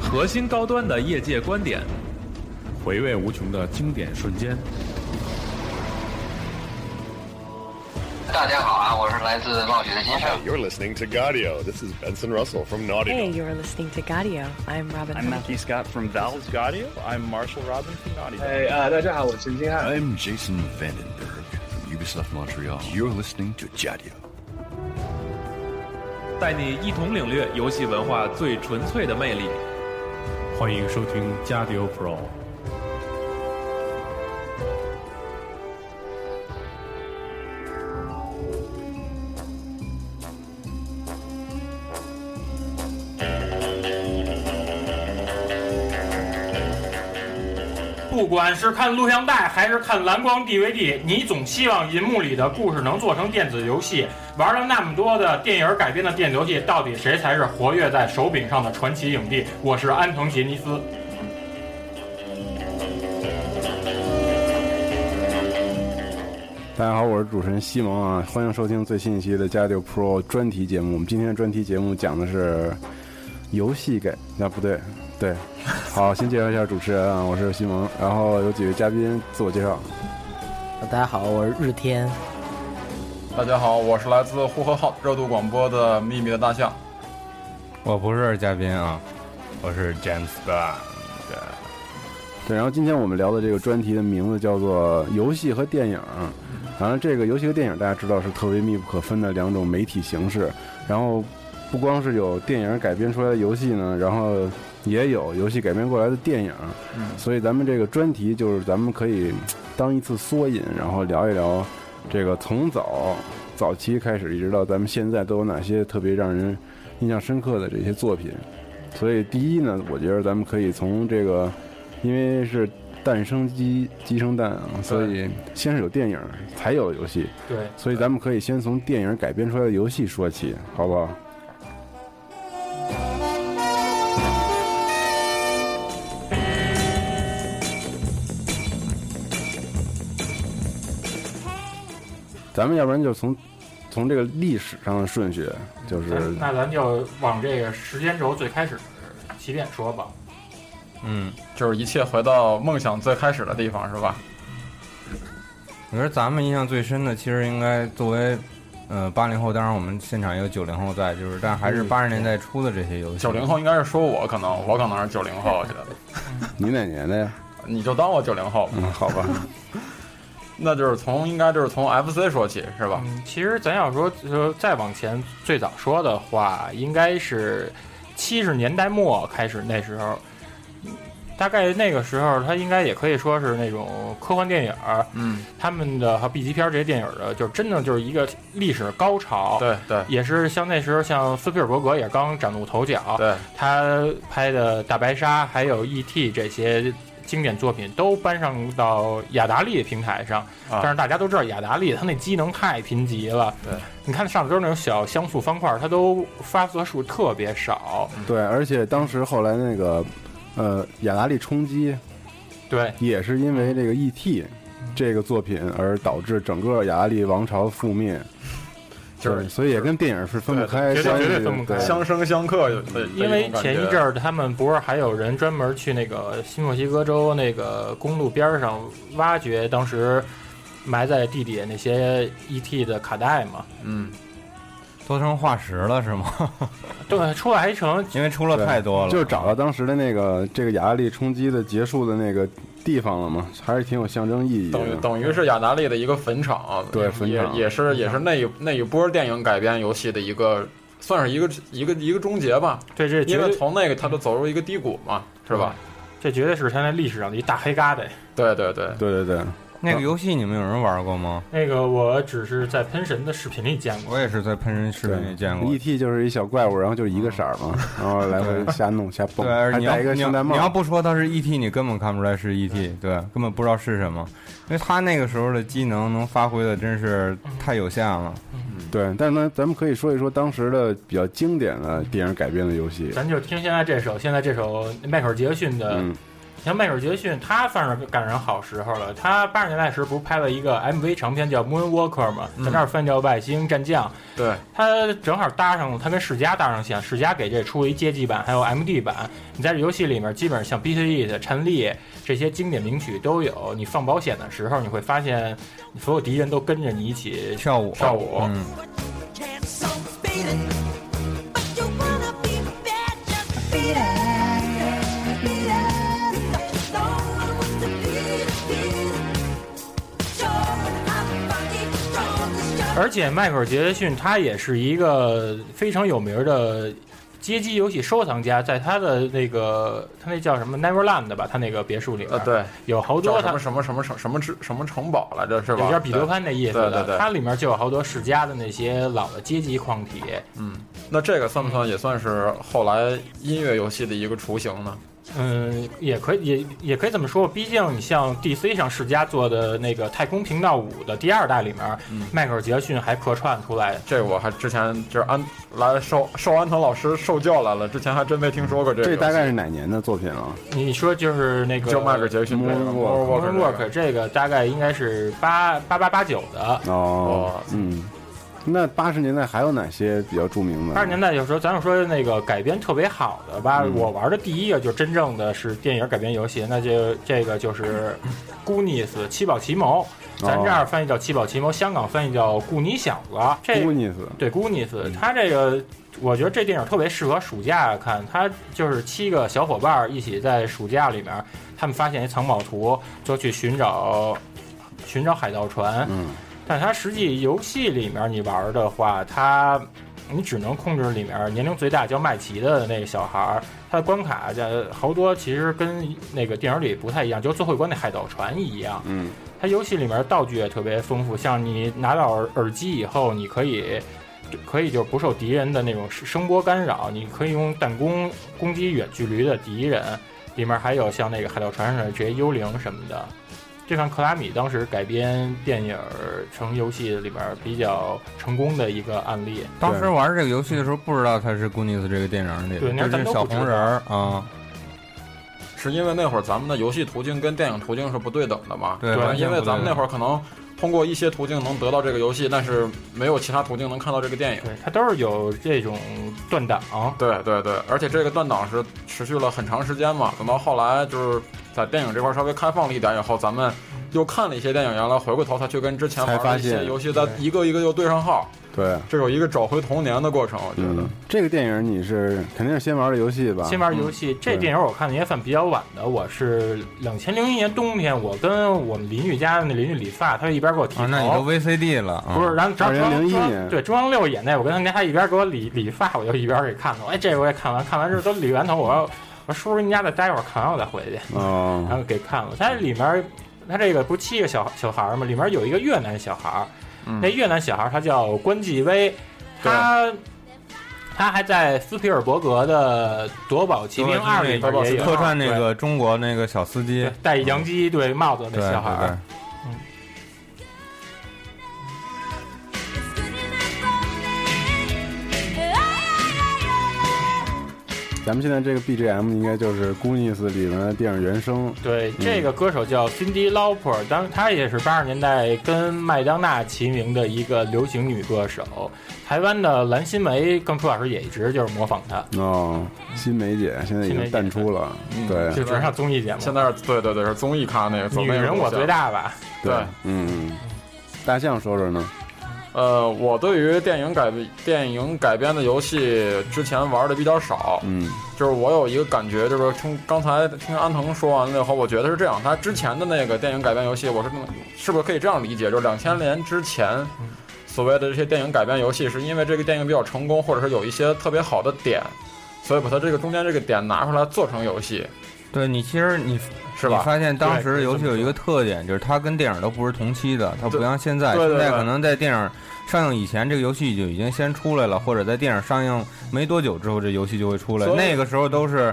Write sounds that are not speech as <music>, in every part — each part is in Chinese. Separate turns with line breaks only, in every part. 核心高端的业界观点，
回味无穷的经典瞬间。
大家好啊，我是来自冒雪的金盛。
Hey, you're listening to Gaudio. This is Benson Russell from Naughty.
Hey, you're listening to Gaudio. I'm Robin.
I'm Matthew Scott from Valve.
Gaudio. I'm Marshall Robin from Naughty. Dog.
哎啊，大家好，我陈金汉。
I'm Jason Vandenberg from Ubisoft Montreal. You're listening to Jadio.
带你一同领略游戏文化最纯粹的魅力。
欢迎收听《加迪欧 Pro》。
不管是看录像带还是看蓝光 DVD，你总希望银幕里的故事能做成电子游戏。玩了那么多的电影改编的电子游戏，到底谁才是活跃在手柄上的传奇影帝？我是安藤杰尼斯。
大家好，我是主持人西蒙啊，欢迎收听最新一期的《加六 Pro》专题节目。我们今天的专题节目讲的是游戏改，那、啊、不对，对。好，先介绍一下主持人啊，我是西蒙，然后有几位嘉宾自我介绍。
大家好，我是日天。
大家好，我是来自呼和浩热度广播的秘密的大象。
我不是嘉宾啊，我是 James Bond。
对，然后今天我们聊的这个专题的名字叫做“游戏和电影”。然后这个游戏和电影大家知道是特别密不可分的两种媒体形式。然后不光是有电影改编出来的游戏呢，然后也有游戏改编过来的电影。所以咱们这个专题就是咱们可以当一次缩影，然后聊一聊这个从早早期开始一直到咱们现在都有哪些特别让人印象深刻的这些作品。所以第一呢，我觉得咱们可以从这个，因为是。诞生鸡鸡生蛋啊，所以先是有电影，才有游戏。
对，
所以咱们可以先从电影改编出来的游戏说起，好不好？咱们要不然就从从这个历史上的顺序，就是
那咱就往这个时间轴最开始起点说吧。
嗯，就是一切回到梦想最开始的地方，是吧？
我觉得咱们印象最深的，其实应该作为，呃，八零后，当然我们现场也有九零后在，就是但还是八十年代初的这些游戏。
九零后应该是说我，可能我可能是九零后，我觉得。
你哪年的呀？
你就当我九零后吧、
嗯，好吧？
那就是从应该就是从 FC 说起，是吧？
嗯、其实咱要说就再往前最早说的话，应该是七十年代末开始，那时候。大概那个时候，它应该也可以说是那种科幻电影，
嗯，
他们的和 B 级片这些电影的，就真的就是一个历史高潮。
对对，
也是像那时候，像斯皮尔伯格也刚崭露头角，
对，
他拍的《大白鲨》还有《E.T.》这些经典作品都搬上到雅达利平台上。啊、但是大家都知道，雅达利它那机能太贫瘠了。
对，
你看上周那种小像素方块，它都发射数特别少。
对，而且当时后来那个。呃，雅达利冲击，
对，
也是因为这个 E.T. 这个作品而导致整个雅达利王朝覆灭，
就是
所以也跟电影是分不开，
绝对分不开，
相生相克。
因为前一阵儿他们不是还有人专门去那个新墨西哥州那个公路边上挖掘当时埋在地底那些 E.T. 的卡带嘛？
嗯。
都成化石了是吗？
<laughs>
对，出来还成，
因为出了太多了，
就找到当时的那个这个雅达利冲击的结束的那个地方了嘛，还是挺有象征意义的。
等于等于是雅达利的一个坟场，
对，坟
场也也是也是那一那一波电影改编游戏的一个，算是一个一个一个终结吧。
对，这嗯
因为从那个他都走入一个低谷嘛，是吧？
这绝对是他那历史上的一大黑疙瘩。
对对对
对对对。
那个游戏你们有人玩过吗？
那个我只是在喷神的视频里见过。
我也是在喷神视频里见过。
E.T. E 就是一小怪物，然后就是一个色儿
嗯
嘛， <laughs> 然后来回瞎弄瞎蹦，
对，
还戴一个圣诞帽。
你要不说它是 E.T.，你根本看不出来是 E.T.，对，根本不知道是什么，因为它那个时候的机能能发挥的真是太有限了。
对，但是呢，咱们可以说一说当时的比较经典的电影改编的游戏。
嗯
咱就听现在这首，现在这首迈克尔·杰克逊的。像迈克尔·杰克逊，他算是赶上好时候了。他八十年代时不是拍了一个 MV 长片叫《Moonwalker》嘛，
嗯
在那儿翻叫外星战将。
对，
他正好搭上了，他跟世嘉搭上线，世嘉给这出了一街机版，还有 MD 版。你在这游戏里面，基本上像《Beat It》、《陈立这些经典名曲都有。你放保险的时候，你会发现所有敌人都跟着你一起
跳舞
跳舞。
嗯
而且迈克尔·杰克逊他也是一个非常有名的街机游戏收藏家，在他的那个他那叫什么 Neverland 吧，他那个别墅里面，
啊，对，
有好多
什
他
么什么什么什么什么之什么城堡来着，是吧？
有点彼得潘那意思
对
的，
对对，
它里面就有好多世嘉的那些老的街机矿体。
嗯，那这个算不算也算是后来音乐游戏的一个雏形呢？
嗯，也可以也也可以这么说，毕竟你像 DC 上世嘉做的那个《太空频道五》的第二代里面，迈克尔·杰克逊还客串出来。
嗯这我还之前就是安来受受安藤老师受教来了，之前还真没听说过这个游戏。
这大概是哪年的作品啊？
你说就是那个
就迈克尔杰克逊这个
w
Moonwalker
o r k 这个大概应该是八八八八九的。
哦，嗯，那八十年代还有哪些比较著名的？
八十年代有时候咱们说那个改编特别好的吧，
嗯
我玩的第一个就真正的是电影改编游戏，那就这个就是《Goonies》七宝奇谋，咱这儿翻译叫七宝奇谋，香港翻译叫《顾你小子》。这
Goonies
对《Goonies》，它
嗯
这个我觉得这电影特别适合暑假看，它就是七个小伙伴儿一起在暑假里面，他们发现一藏宝图，就去寻找寻找海盗船。
嗯，
但它实际游戏里面你玩儿的话，它你只能控制里面年龄最大叫麦奇的那个小孩儿，他的关卡叫好多其实跟那个电影里不太一样，就最后一关那海盗船一样。
嗯，
它游戏里面道具也特别丰富，像你拿到耳耳机以后，你可以。可以就不受敌人的那种声波干扰，你可以用弹弓攻击远距离的敌人。里面还有像那个海盗船上的这些幽灵什么的。这款克拉米当时改编电影儿成游戏里面比较成功的一个案例。
当时玩这个游戏的时候，不知道它是《g o o n i e s 这个电影里
对那
的，就是
咱都
小
不知
红人儿啊。
是因为那会儿咱们的游戏途径跟电影途径是不对等的嘛？
对
吧
完全
因
不
为咱们
对等
那会儿可能通过一些途径能得到这个游戏，但是没有其他途径能看到这个
哎
电影。
对，它都是有这种断档。
啊
对对对，而且这个断档是持续了很长时间嘛。等到后来就是在电影这块稍微开放了一点以后，咱们又看了一些电影，然后回过头他去跟之前
才
玩
发
的一些
现
游戏，再一个一个又对上号，
对，
这有一个找回童年的过程。我觉得
嗯，这个电影你是肯定是先玩的游戏吧？
先玩游戏，
嗯
这电影我看的也算比较晚的，我是两千零一年冬天，我跟我们邻居家那邻居理发，他一边给我剃头，
啊，那
哦
你都 VCD 了？啊
不是，然后张张
2001
张
年
对中央六演那，我跟他家他一边给我理理发，我就一边给看了。哎，这个我也看完，看完之后都理完头，我要我叔叔跟家再待会儿，看完我再回去，
哦，
然后给看了。它里面它这个不是七个小小孩儿吗？里面有一个越南小孩儿，
嗯
那越南小孩儿他叫关继威，他。他还在斯皮尔伯格的《夺宝奇兵二》里边也有啊
客串那个中国那个小司机，
戴洋基队帽子的
对
那小孩
对
儿
对。。
咱们现在这个 BGM 应该就是《Goonies》里面的电影原声。
对
嗯，
这个歌手叫 Cindy Lauper，当她也是八十年代跟麦当娜齐名的一个流行女歌手。台湾的蓝心湄更初老师也一直就是模仿她，
哦，新梅姐现在已经淡出了，
嗯
对，
基本上综艺节目。
现在是对对对是综艺咖那个走那
女
个
人
路
我
线
最大吧？
对，
嗯，大象说说呢，
呃，我对于电影改电影改编的游戏之前玩的比较少，
嗯，
就是我有一个感觉，就是听刚才听安藤说完了以后，我觉得是这样，他之前的那个电影改编游戏，我是这么是不是可以这样理解，就是两千年之前。
嗯
所谓的这些电影改编游戏，是因为这个电影比较成功，或者是有一些特别好的点，所以把它这个中间这个点拿出来做成游戏。
对你其实你
是吧
你发现当
对可
时
以
游戏
这么
有一个特点，就是它跟电影都不是同期的，它不
对
像现在，
对对
现在
对
可能在电影上映以前，这个游戏就已经先出来了，或者在电影上映没多久之后，这游戏就会出来
所。以
那个时候都是。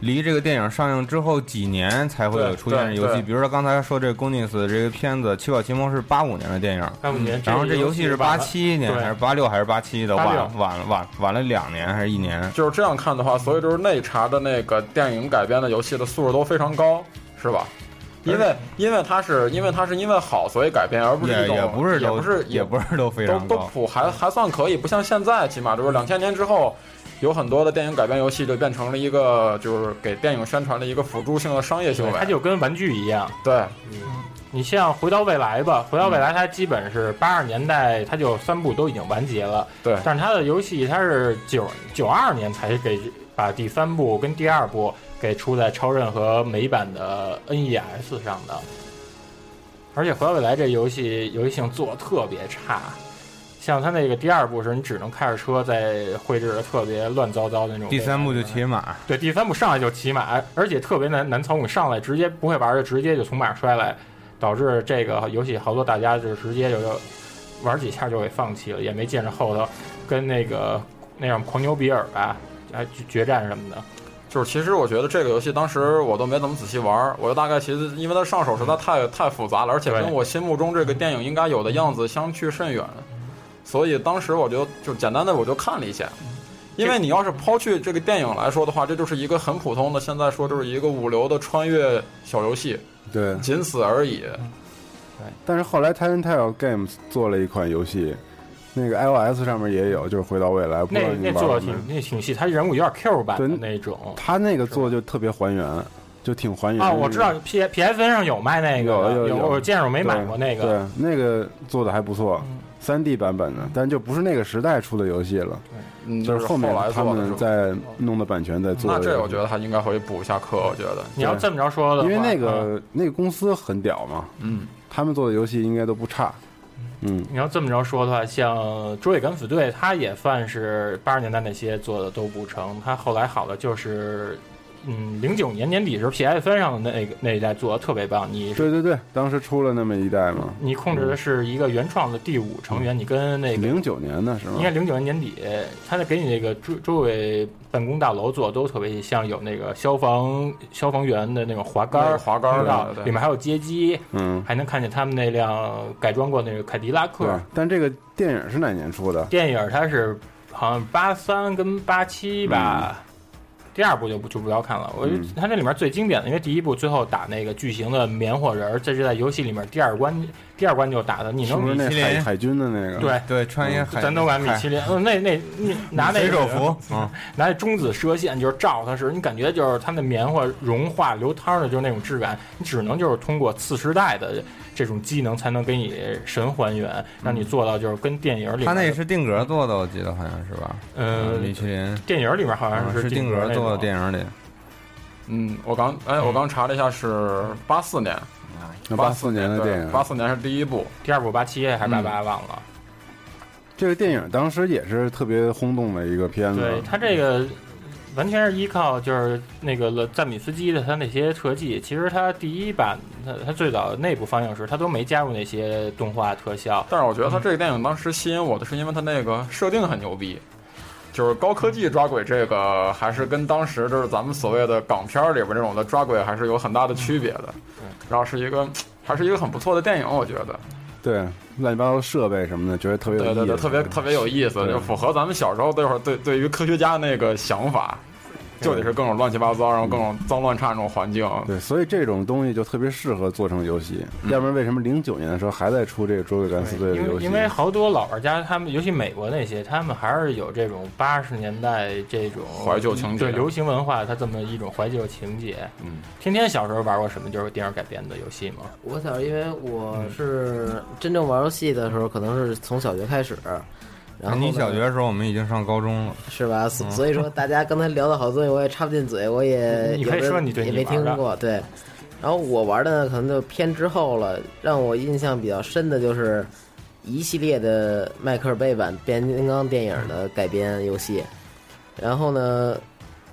离这个电影上映之后几年才会有出现的
对
游戏，
对
比如说刚才说这《公 i 斯》这个片子《七宝奇谋》是八五年的电影，嗯
85年
然后
这
这
个游
游
戏
戏
是
是
晚
八
了
七年
对
还是八六还是八七的，晚
86
了晚了晚了晚了两年还是一年？
就是这样看的话，所以就是内查的那个电影改编的游戏的素质都非常高，是吧？因为因为它是因为它是因为好所以改编，而不是
也
一种
也不是
也
都
不是
也不是都非
都
常
都
高。
普还还算可以，不像现在，起码就是两千年之后，有很多的电影改编游戏就变成了一个就是给电影宣传的一个辅助性的商业行为，
它就跟玩具一样。嗯
对，
你像回到未来吧，回到未来它基本是八二年代，它就三部都已经完结了。
对
但是它的游戏它是九九二年才给把第三部跟第二部给出在超任和美版的 NES 上的。而且回到未来这游戏游戏性做得特别差，像它那个第二部是你只能开着车在绘制的特别乱糟糟的那种。
第三部就骑马，
对，第三部上来就骑马，而且特别难难操控，上来直接不会玩儿就直接就从马上摔来，导致这个游戏好多大家就直接就就玩几下就给放弃了，也没见着后头跟那个那样狂牛比尔吧，啊决决战什么的。
就是其实我觉得这个游戏当时我都没怎么仔细玩儿，我就大概其实因为它上手实在太太复杂了，而且跟我心目中这个电影应该有的样子相去甚远，所以当时我就就简单的我就看了一下。因为你要是抛去这个电影来说的话，这就是一个很普通的，现在说就是一个五流的穿越小游戏，
对，
仅此而已。
但是后来 Telltale Games 做了一款游戏，那个 iOS 上面也有，就是《回到未来》，不知
那
道你
那
玩
做
过
的
没
挺？那挺细，它人物有点 Q 版的
对
那种。
他那个做就特别还原，就挺还原
啊，
那个
我知道 P P S N 上有卖那个的，
有有
我见着没买过那个。嗯
对，那个做的还不错，三 D 版本的，但就不是那个时代出的游戏了，
嗯
就
就是
后面
后来
他
做的是
们
吧
在弄的版权在做
那
的。
这我觉得他应该回去补一下课，我觉得。
你要这么着说的话，嗯
因为那个那个公司很屌嘛，
嗯，
他们做的游戏应该都不差，嗯，
你要这么着说的话，像《捉鬼敢死队》，它也算是八十年代那些做的都不成，它后来好的就是，嗯，零九年年底时候 PSN 上的那个那一代做的特别棒。你
对对对，当时出了那么一代嘛，
你控制的是一个原创的第五成
嗯
员，你跟那个
零九年的是吗
应？该零九年年底，他在给你那个周周围办公大楼做的都特别像有那个消防消防员的那种滑杆
那
儿，
个滑杆儿
通道
对对对
里面还有街机，
嗯，
还能看见他们那辆改装过那个凯迪拉克
对。，但这个电影是哪年出的？
电影它是好像八三跟八七吧，
嗯
第二部就不就不要看了。我就
嗯
它这里面最经典的，因为第一部最后打那个巨型的棉花人儿，这是在游戏里面第二关第二关就打的，你
是
能
不是那
米其
海
林
海军的那个？
对
哎对，穿
嗯
一海
咱都玩米其林，嗯，那那那拿那
水
个
手
<laughs>
服，嗯，
拿那中子射线就是照它时，你感觉就是它那棉花融化流汤的，就是那种质感，你只能就是通过次时代的这种机能才能给你神还原，让你做到就是跟电影里面
他那
的
是定格做的，我记得好像是吧？嗯
呃
米其林
电影里面好像
嗯
啊
是
是定
格
格
那
做的
种
电影里，
嗯，我刚哎，我刚查了一下是八四年，
那84年的电影
八四年是第一部，
第二部八七还是八八忘了。
这个电影当时也是特别轰动的一个
嗯
片子，
对他这个完全是依靠就是那个勒赞米斯基的他那些特技。其实他第一版他他最早内部放映时，他都没加入那些动画特效。
但是我觉得他这个电影当时吸引我的是因为他那个设定很牛逼，就是高科技抓鬼这个还是跟当时就是咱们所谓的港片儿里边这种的抓鬼还是有很大的区别的，然后是一个还是一个很不错的电影，我觉得，
对乱七八糟设备什么的，觉得特别有意
对
思，
对对，特别特别有意思，
对
就符合咱们小时候那会儿对对于科学家那个想法，就得是各种乱七八糟，然后各种脏乱差那种环境，
对，所以这种东西就特别适合做成游戏，
嗯
要不然为什么零九年的时候还在出这个《捉鬼敢死队》的
因
游
为
戏？
因为好多老玩家，他们尤其美国那些，他们还是有这种八十年代这种
怀旧情节
对流行文化，它这么一种怀旧情节。
嗯，
天天小时候玩过什么就是电影改编的游戏吗？
我小时候因为我是真正玩游戏的时候，可能是从小学开始，然后呢
你小学的时候我们已经上高中了，
是吧？所
嗯
所以说，大家刚才聊的好多东西，我也插不进嘴，我也
你可以
有的
说你对
也
你
没听
玩的
过，对。然后我玩的呢，可能就偏之后了。让我印象比较深的就是一系列的迈克尔贝版《变形金刚》电影的改编游戏。然后呢，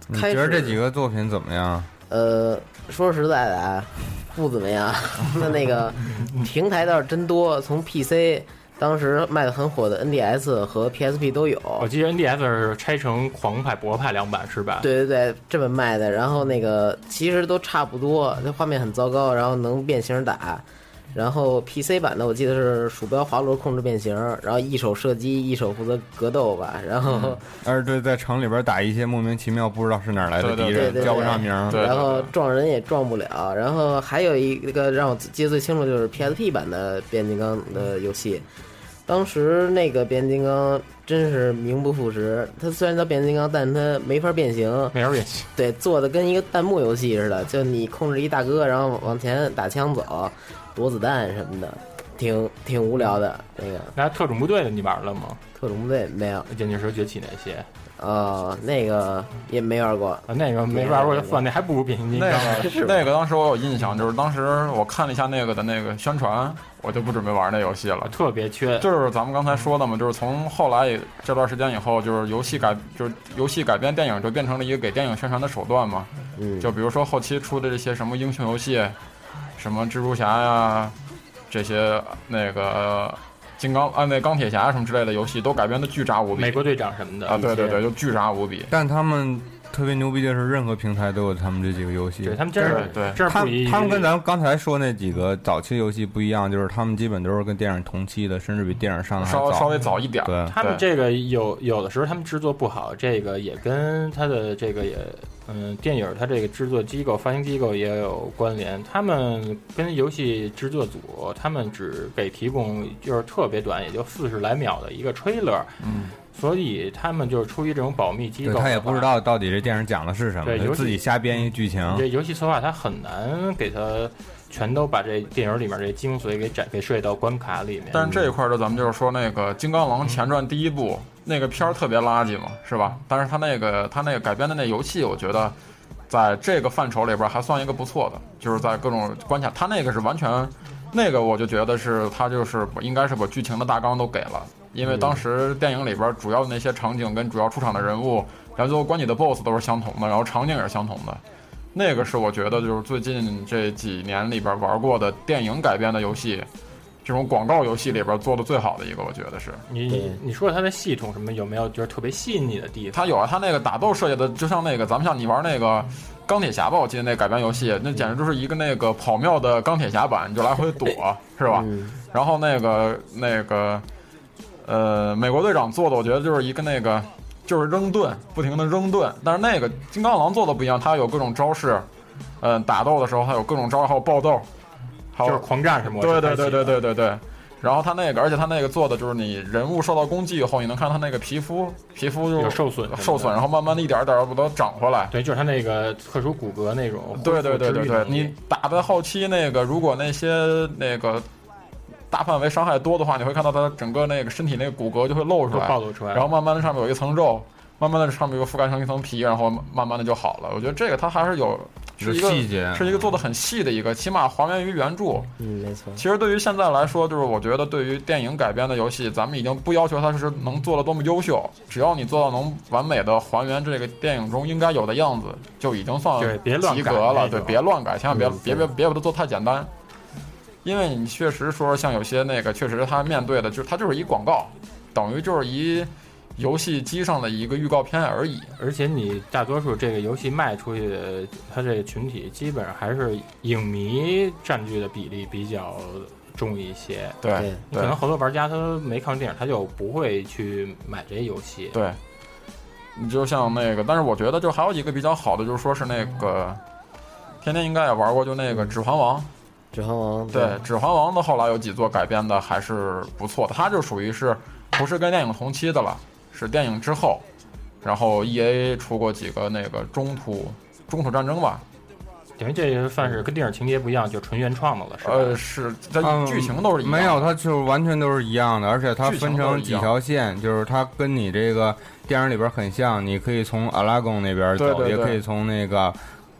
你
开
觉
始
得这几个作品怎么样？
呃，说实在的啊，不怎么样。那那个平台倒是真多，从 PC
当时卖的很火的 NDS 和 PSP 都有。
哦
我记得 NDS 是拆成狂派、博派两版是 <laughs> 吧？
对对对，这么卖的。然后那个其实都差不多，那画面很糟糕，然后能变形打。然后 PC 版的我记得是鼠标滑轮控制变形，然后一手射击，一手负责格斗吧。然后、
嗯但是对在城里边打一些莫名其妙不知道是哪儿来的敌
对
人，
对，
叫不上名儿，
然后撞人也撞不了。然后还有一个让我记得最清楚就是 PSP 版的变形金刚的游戏，当时那个变形金刚真是名不副实。它虽然叫变形金刚，但它没法变形，
没法变形。
对，做的跟一个弹幕游戏似的，就你控制一大哥，然后往前打枪走，躲子弹什么的，挺挺无聊的那个。
那特种部队的你玩了吗？
特种部队没有，
眼镜蛇崛起那些。啊
呃，那个也没玩过，
那个没玩过就算，那还不如变形金刚啊
那
呢。
个那个当时我有印象，就是当时我看了一下那个的那个宣传，我就不准备玩那游戏了，
特别缺。
就是咱们刚才说的嘛，就是从后来也这段时间以后，就是游戏改，就是游戏改编电影就变成了一个给电影宣传的手段嘛。
嗯，
就比如说后期出的这些什么英雄游戏，什么蜘蛛侠呀、这些那个金刚啊、那钢铁侠什么之类的游戏，都改编的巨渣无比。
美国队长什么的
啊，对对对，就巨渣无比。
但他们特别牛逼的是，任何平台都有他们这几个游戏。
对他们真是对对真是
他
不遗余力
他们跟咱们刚才说那几个早期游戏不一样，就是他们基本都是跟电影同期的，甚至比电影上的还
稍稍微早一点
对，
他们这个有有的时候他们制作不好，这个也跟他的这个也嗯，电影它这个制作机构、发行机构也有关联。他们跟游戏制作组，他们只给提供就是特别短，也就四十来秒的一个 trailer，
嗯，
所以他们就是出于这种保密机
对
构，
他也不知道到啊底这电影讲的是什么，
对
就
尤其
自己瞎编一剧情。
嗯
这游戏策划它很难给它全都把这电影里面这精髓给展给睡到关卡里面。
但是这一块儿，就咱们就是说那个《金刚狼前传》第一部、那个片儿特别垃圾嘛，是吧？但是他那个他那个改编的那游戏，我觉得在这个范畴里边儿还算一个不错的，就是在各种关卡，他那个是完全那个，我就觉得是他就是应该是把剧情的大纲都给了，因为当时电影里边儿主要的那些场景跟主要出场的人物，然后最后关你的 BOSS 都是相同的，然后场景也是相同的。那个是我觉得就是最近这几年里边儿玩过的电影改编的游戏，这种广告游戏里边做的最好的一个，我觉得是。
你你你说它的系统什么有没有就是特别细腻的地方？
它有啊，它那个打斗设计的，就像那个咱们像你玩那个钢铁侠吧，我记得那改编游戏，那简直就是一个那个跑庙的钢铁侠版，你就来回
<laughs>
躲，是吧？然后那个那个呃，美国队长做的，我觉得就是一个那个就是扔盾，不停的扔盾，但是那个金刚狼做的不一样，它有各种招式，嗯、打斗的时候它有各种招，还有爆斗，还有
就是狂战什么
对对对对对对对。然后他那个，而且他那个做的就是你人物受到攻击以后，你能看到他那个皮肤皮肤就
有受损什么的
受损，然后慢慢的一点儿一点儿把它长回来。
对，就是它那个特殊骨骼那种。
对对对对对，
你
你打到后期那个，如果那些那个大范围伤害多的话，你会看到它整个那个身体那个骨骼就会露出来，
就暴露出来
然后慢慢的上面有一层肉，慢慢的上面又覆盖上一层皮，然后慢慢的就好了。我觉得这个它还是有是一个
有细节
是一个做的很细的一个，起码还原于原著。
嗯，没错。
其实对于现在来说，就是我觉得对于电影改编的游戏，咱们已经不要求它是能做的多么优秀，只要你做到能完美的还原这个电影中应该有的样子，就已经算
对别乱
及
改
格了。
那
对，
种
别乱改，千万别、
嗯
别别别把它做太简单，因为你确实说像有些那个，确实它面对的就是它就是一广告，等于就是一游戏机上的一个预告片而已。
而且你大多数这个游戏卖出去的，它这个群体基本上还是影迷占据的比例比较重一些。
对对
你可能好多玩家他没看过电影，他就不会去买这些游戏。
对，你就像那个，但是我觉得就还有一个比较好的，就是说是那个，天天应该也玩过，就那个《指环王》。
指环王
对，《指环王》的后来有几座改编的还是不错的，它就属于是不是跟电影同期的了，是电影之后，然后 E A 出过几个那个中途中途战争吧，
等于这也算是跟电影情节不一样，就纯原创的了，是吧？
呃，是
嗯没有，它就是完全都是一样的，而且它
剧情
分
都是
成几条线，就是它跟你这个电影里边很像，你可以从阿拉贡那边走，
对对对
也可以从那个。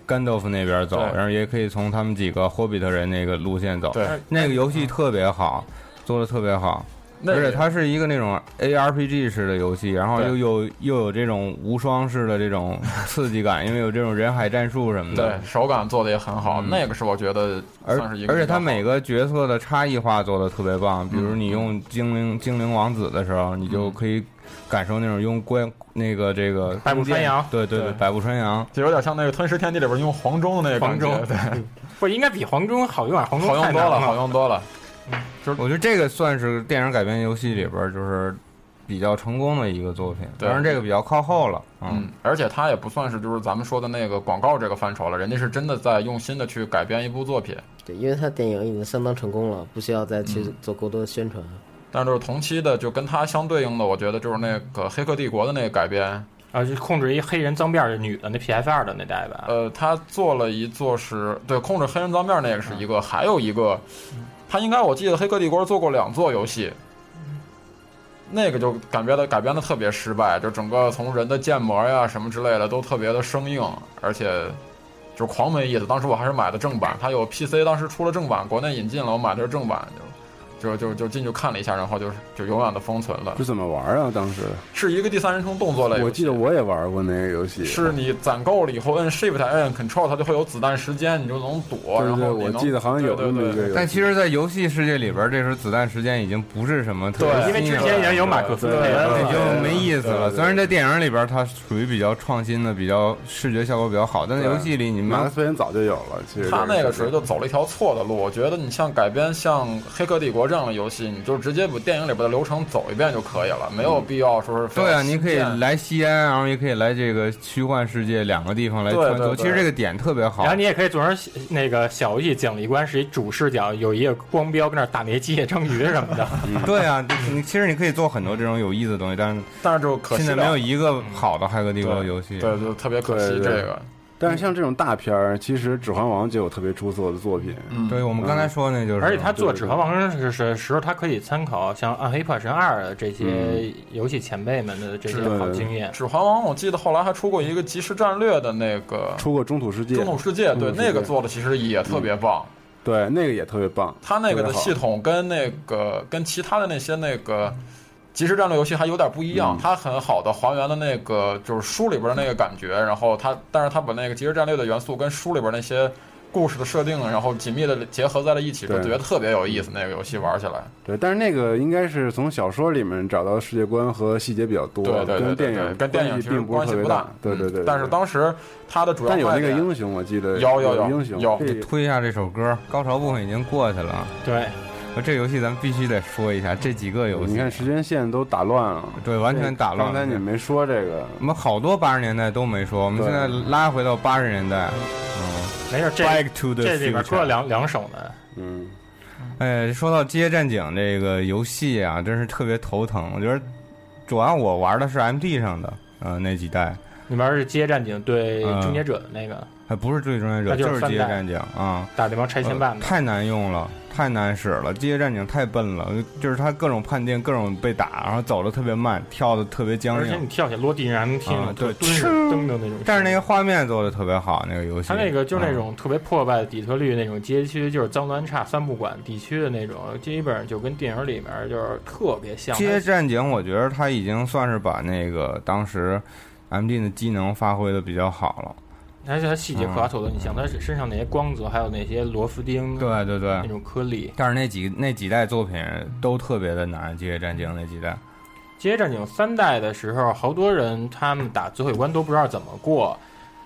甘道夫那边走，
对
然后也可以从他们几个霍比特人那个路线走。
对
那个游戏特别好，做的特别好。而且它是一个那种 ARPG 式的游戏，然后
对
又有又有这种无双式的
<laughs>
这种刺激感，因为有这种人海战术什么的。
对手感做的也很好，
嗯
那个是我觉得
而
算是一个
而且
比较嗯
它每个角色的差异化做的特别棒，比如你用精灵、精灵王子的时候，你就可以感受那种用关那个这个
百步穿杨
弓箭对对对，
对
百步穿杨，
就有点像那个《吞食天地》里边用黄忠的那个感觉
黄忠
对，
不应该比黄忠好用啊，黄忠
好用
太
多
难
了，好用多了。
我觉得这个算是电影改编游戏里边儿就是比较成功的一个作品，
对
当然这个比较靠后了。
嗯，而且它也不算是就是咱们说的那个广告这个范畴了，人家是真的在用心的去改编一部作品。
对，因为他电影已经相当成功了，不需要再
嗯
去做过多的宣传。
但就是同期的，就跟它相对应的，我觉得就是那个《黑客帝国》的那个改编，
啊，就控制一黑人脏辫儿的女的那 PS 二的那代吧。
呃，他做了一座是对控制黑人脏面那个是一个，还有一个，他应该我记得《黑客帝国》做过两座游戏，那个就感觉的改编的特别失败，就整个从人的建模呀什么之类的都特别的生硬，而且就狂没意思。当时我还是买的正版，它有 PC，当时出了正版，国内引进了，我买的是正版，就就就就进去看了一下，然后就是就永远的封存了
这。怎么玩啊？当时
是一个第三人称动作类游戏
我记得我也玩过那个游戏，
是你攒够了以后摁 Shift 摁 Control，它就会有子弹时间，你就能躲。
对
然后
对
你
我
能
记得好像有
对
那么
对
一个
对
但其实，在游戏世界里边儿，这时候子弹时间已经不是什么特别
对
新的了，
因为之前已经有马克思
对，
对
对
对
就没意思
对对
了。
对
虽然在电影里边儿它属于比较创新的、比较视觉效果比较好，但在游戏里你
马
们
克思人早就有了，其实
他那个
时
时候
候
就走了一条错的路。我觉得你像改编像《黑客帝国》这样的游戏，你就直接把电影里边的流程走一遍就可以了，没
嗯
有必要说是非要
对啊，你
新
可以
建
来西安，然后也可以来这个虚幻世界两个地方来
对
穿梭。
对对
其实这个点特别好
然后。你也可以做成小那个小游戏，奖励官是一主视角，有一个光标跟那儿打那机械章鱼什么的。
对啊，你其实你可以做很多这种有意思的东西，但是
<laughs> 但是就可惜
现
了
在没有一个好的《骇客帝国》游戏。
对，就特别可惜
对对
这个。
但是像这种大片儿，其实《指环王》就有特别出色的作品。
嗯
对我们刚才说那就是
而且他做《指环王》是是时候，他可以参考像《暗黑破坏神二》的这些
嗯
游戏前辈们的这些
是
好经验。
指环哦王，我记得后来还出过一个即时战略的那个
出过《中土世界》，
中土世界，对
中土世嗯
那个做的其实也特别棒。
对那个也特别棒。
它那个的
特别好
系统跟那个跟其他的那些那个即时战略游戏还有点不一
嗯
样，它很好的还原了那个就是书里边那个感觉，然后它但是它把那个即时战略的元素跟书里边那些故事的设定，然后紧密的结合在了一起，就
对
觉得特别有意思。那个游戏玩起来，
对，但是那个应该是从小说里面找到世界观和细节比较多，
对对对
跟电
对对，
影
跟电影
关
其实
系并
关
是
系
特别
不大。嗯
对对对，
但是
对
当时它的主要
但有那
卖
个
点
英雄，我记得
有有有
英雄
有
这
推一下这首歌，高潮部分已经过去了。啊
对，
呃这游戏咱们必须得说一下，这几个游戏
你看时间线都打乱了，
对，完全打乱了
刚才你没说这个，
我们好多八十年代都没说，我们
对
现在拉回到八十年代，嗯，
没事，这
Back to the
这里边搁了
future
两两首呢。
嗯，
哎，说到《街战警》这个游戏啊，真是特别头疼。我觉得主要我玩的是 MD 上的，呃，那几代，
你玩是《街战警》对
嗯
《终结者》的那个，
还不是《最终来者
那》，就是
是《
翻
街
代
战警》啊，
打这帮拆
嗯
迁办
呃
的。
太难用了，太难使了，《街战警》太笨了，就是它各种判定，各种被打，然后走的特别慢，跳的特别僵
而且你
硬。
跳起来落地上还能听
嗯
啊
着
对
蹲着
哧
蹬的那种。
但是那个画面做的特别好，那个游戏，
它那个就是那
嗯
种特别破败的底特律那种街区，就是脏乱差三不管地区的那种，基本上就跟电影里面就是特别像。
街战警，我觉得他已经算是把那个当时 M D 的机能发挥的比较好了。
而且它细节刻画做的，你像它身上那些光泽，还有那些螺丝钉，
啊对对对
嗯那种颗粒。
但是那几那几代作品都特别的难，《街战警》那
哦
几代，
街战警三代的时候，好多人他们打最后一关都不知道怎么过。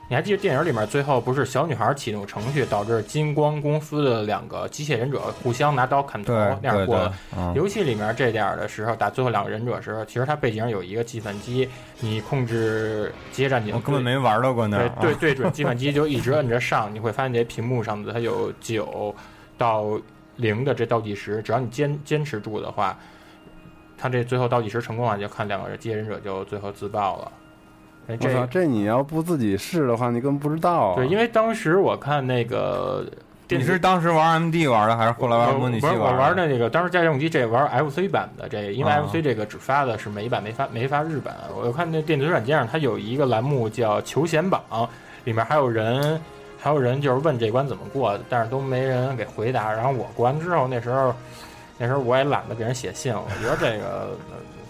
你还记得电影里面最后不是小女孩启动程序导致金光公司的两个机械忍者互相拿刀砍头
对
那样
对
过
对
的？
嗯
游戏里面这点儿的时候，打最后两个忍者的时候，其实它背景上有一个计算机，你控制街战警，
我哦根本没玩到过那儿啊。
对对对准计算机就一直摁着上，你会发现这屏幕上的它有九到零的这倒计时，只要你坚坚持住的话，它这最后倒计时成功了，就看两个接忍者就最后自爆了。哎，
我操，
这
这你要不自己试的话，你根本不知道啊。
对，因为当时我看那个电
你
子
是当时玩 M D 玩的，还是后来玩模拟器
不是我
玩
玩
的？
的那个，当时家用机这玩 FC 版的这，因为
啊
FC 这个只发的是美版，没发没发日版。我看那电子软件上它有一个栏目叫求贤榜，里面还有人还有人就是问这关怎么过，但是都没人给回答。然后我过完之后，那时候。那时候我也懒得给人写信，我觉得这个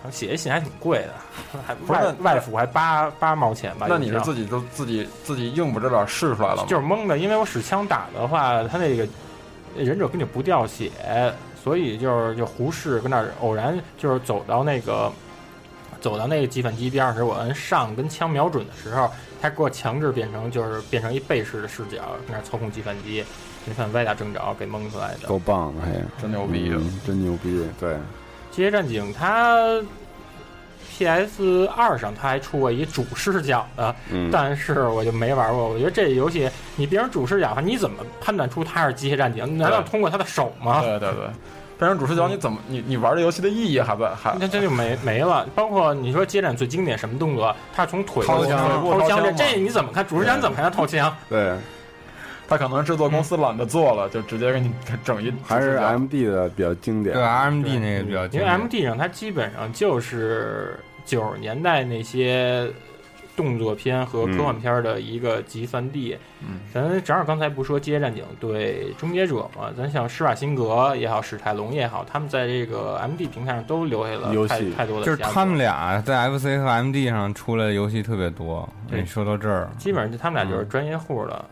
呃写一信还挺贵的， <laughs> 还
不是
外
那
外府还八八毛钱吧。
那你
邮
是
票
自己就自己自己硬不着脸试出来了吗？
就是蒙的，因为我使枪打的话，他那个忍者根本就不掉血，所以就是就胡适跟那儿偶然就是走到那个走到那个计算机边上时，我摁上跟枪瞄准的时候，他给我强制变成就是变成一背式的视角，跟那儿操控计算机，那算歪打正着给蒙出来的。
够棒的，嘿，
真牛逼
啊、真牛逼，对，
《机械战警》它 PS 二上它还出过一主视角的，
嗯
但是我就没玩过。我觉得这游戏你别人主视角，你怎么判断出它是机械战警？难道通过它的手吗？嗯
对对对，变成主视角，你怎么你你玩这游戏的意义还不还？
那这
<laughs>
就没没了。包括你说接展最经典什么动作，他从腿
掏枪
掏
掏
枪，
枪
这
嘛
这你怎么看？主持人怎么看他掏枪？
对，
他可能制作公司懒得做了，就直接给你整一
还是 MD 的比较经典，
对
啊
嗯
RMD 那个比较
因为 M D 上它基本上就是九十年代那些动作片和科
嗯
幻片的一个集散地。
嗯，
咱正好刚才不是说《街战警》对《终结者》嘛，咱像施瓦辛格也好，史泰龙也好，他们在这个 M D 平台上都留下了太太多的
就是
佳作
他们俩在 FC 和 MD 上出来的游戏特别多。
对
你说到这儿，
基本上就他们
嗯
俩就是专业户了。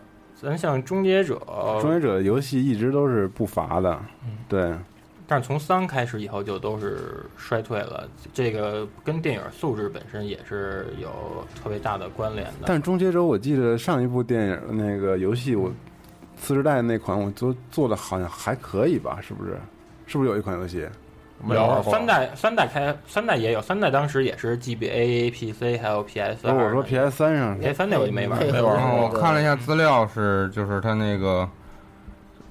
咱像《终结者》，
《终结者》游戏一直都是不乏的，
嗯
对，
但是从三开始以后就都是衰退了，这个跟电影素质本身也是有特别大的关联的。
但是《终结者》我记得上一部电影那个游戏我。次世代那款我做做的好像还可以吧，是不是？是不是有一款游戏？
有三代，三代开，三代也有，三代当时也是 GBA、PC 还有 PS
不是我
二。
说 PS 三上
PS 三那我就没玩儿，
我看了一下资料是，就是他那个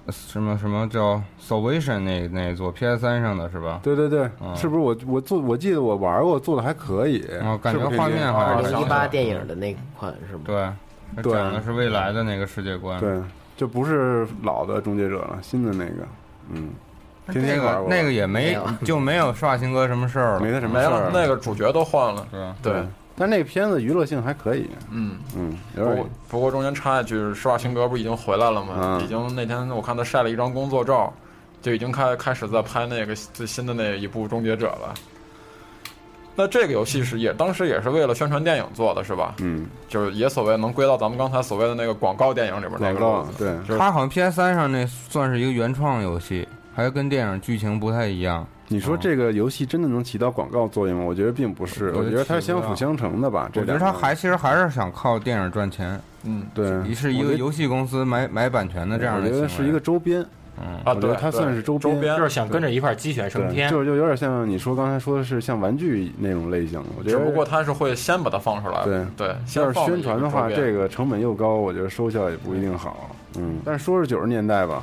呃什么什么叫 Salvation 那那座 PS 三上的是吧？
对对对，
嗯
是不是我我做我记得我玩过，做的还可以。啊
哦感觉
是不是
画面好像
这
是
个
想起来了
电影的那款是吗？
对，它
对
讲的是未来的那个世界观。
对，就不是老的终结者了，新的那个，嗯，天
那
天玩
个
我
那个也没就没有施瓦辛格什么事儿了，
没他什么事儿，
那个主角都换了，
是吧？
对，
但那个片子娱乐性还可以，
嗯
嗯，有
不
点
过不过中间插一句，施瓦辛格不已经回来了吗？
嗯
已经那天我看他晒了一张工作照，就已经开开始在拍那个最新的那一部《终结者》了。那这个游戏是也当时也是为了宣传电影做的，是吧？
嗯，
就是也所谓能归到咱们刚才所谓的那个广告电影里边那
广
个
告
路子，
对，
就是
它好像 PS 三上那算是一个原创游戏，还跟电影剧情不太一样。
你说这个游戏真的能起到广告作用吗？我觉得并不是，
我觉得
我觉得它是
起不
相
到
辅相成的吧。这
我觉得
两
他
个
还其实还是想靠电影赚钱，
嗯，
对，
是一
我
个
觉得
游戏公司买买版权的这样
我
的
觉
行
得
为。
是一个周边，
嗯
啊
我觉
对
得它算是周
周边
就是想跟着一块儿鸡犬升
对
天。
就就有点像你说刚才说的是像玩具那种类型，我觉
只
得
不过他是会先把它放出来，
对
对，先
要是
放
宣传的话，
一个周边
这个成本又高，我觉得收效也不一定好。嗯，但是说是九十年代吧，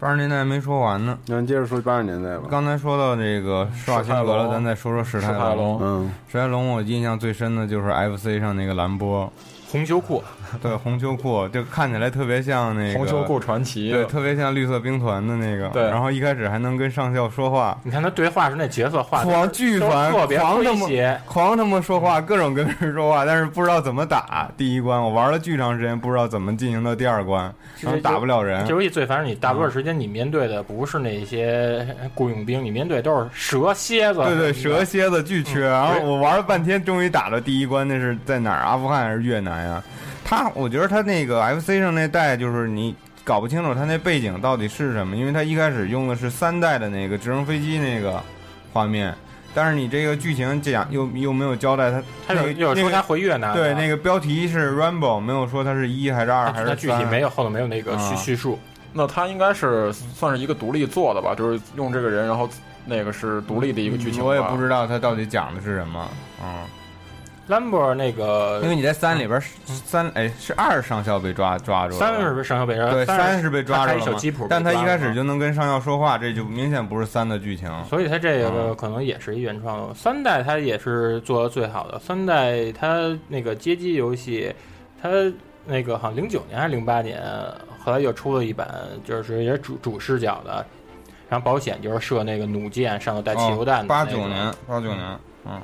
八十年代没说完呢，
那接着说八十年代吧。
刚才说到这个施瓦辛格了，咱再说说史泰
史泰龙
嗯，
史泰龙，我印象最深的就是 FC 上那个蓝波，
红秋裤，
对，红秋裤，就看起来特别像那个
红秋裤，传奇，
对，特别像绿色兵团的那个，
对
然后一开始还能跟上校说话，
你看他对话时那角色画的
狂巨
都
烦，
特别
狂他
诙
妈
谐，
狂他妈说话，各种跟人说话，但是不知道怎么打第一关。我玩了巨长时间，不知道怎么进行到第二关，然后打不了人
这。游戏最烦是你大多数时间你面对的不是那些雇佣兵，你面对都是蛇、蝎子。
对对，蛇蝎子巨缺，然后
嗯对
我玩了半天，终于打到第一关，那是在哪儿？阿富汗还是越南呀？他，我觉得他那个 FC 上那代就是你搞不清楚他那背景到底是什么，因为他一开始用的是三代的那个直升飞机那个画面，但是你这个剧情讲又又没有交代他，
他
那
有
个
有
那
说
个
他回越南了，啊
对，那个标题是 Rambo，没有说它是一还是二还
他
是
他
三
具体没有后头没有那个叙
啊
叙述。
那他应该是算是一个独立做的吧，就是用这个人，然后那个是独立的
嗯
一个剧情吧。
嗯我也不知道它到底讲的是什么。嗯，
呃兰博那个
因为你在三里边是三哎是二上校被抓抓住了，
三是被上校被抓，
对三
三
是被抓
他
住
开
了
一
嘛
小吉普，
但他
被抓
一开
了嗯
始就能跟上校说话，这就明显不是三的剧情。
所以它这
啊
个可能也是一原创。三代它也是做的最好的，三代它那个街机游戏，它那个好像零九年还是零八年，后来又出了一版，就是也是主主视角的，然后保险就是射那个弩箭，上头带汽油弹的
哦八
那种
九年，八九年，嗯，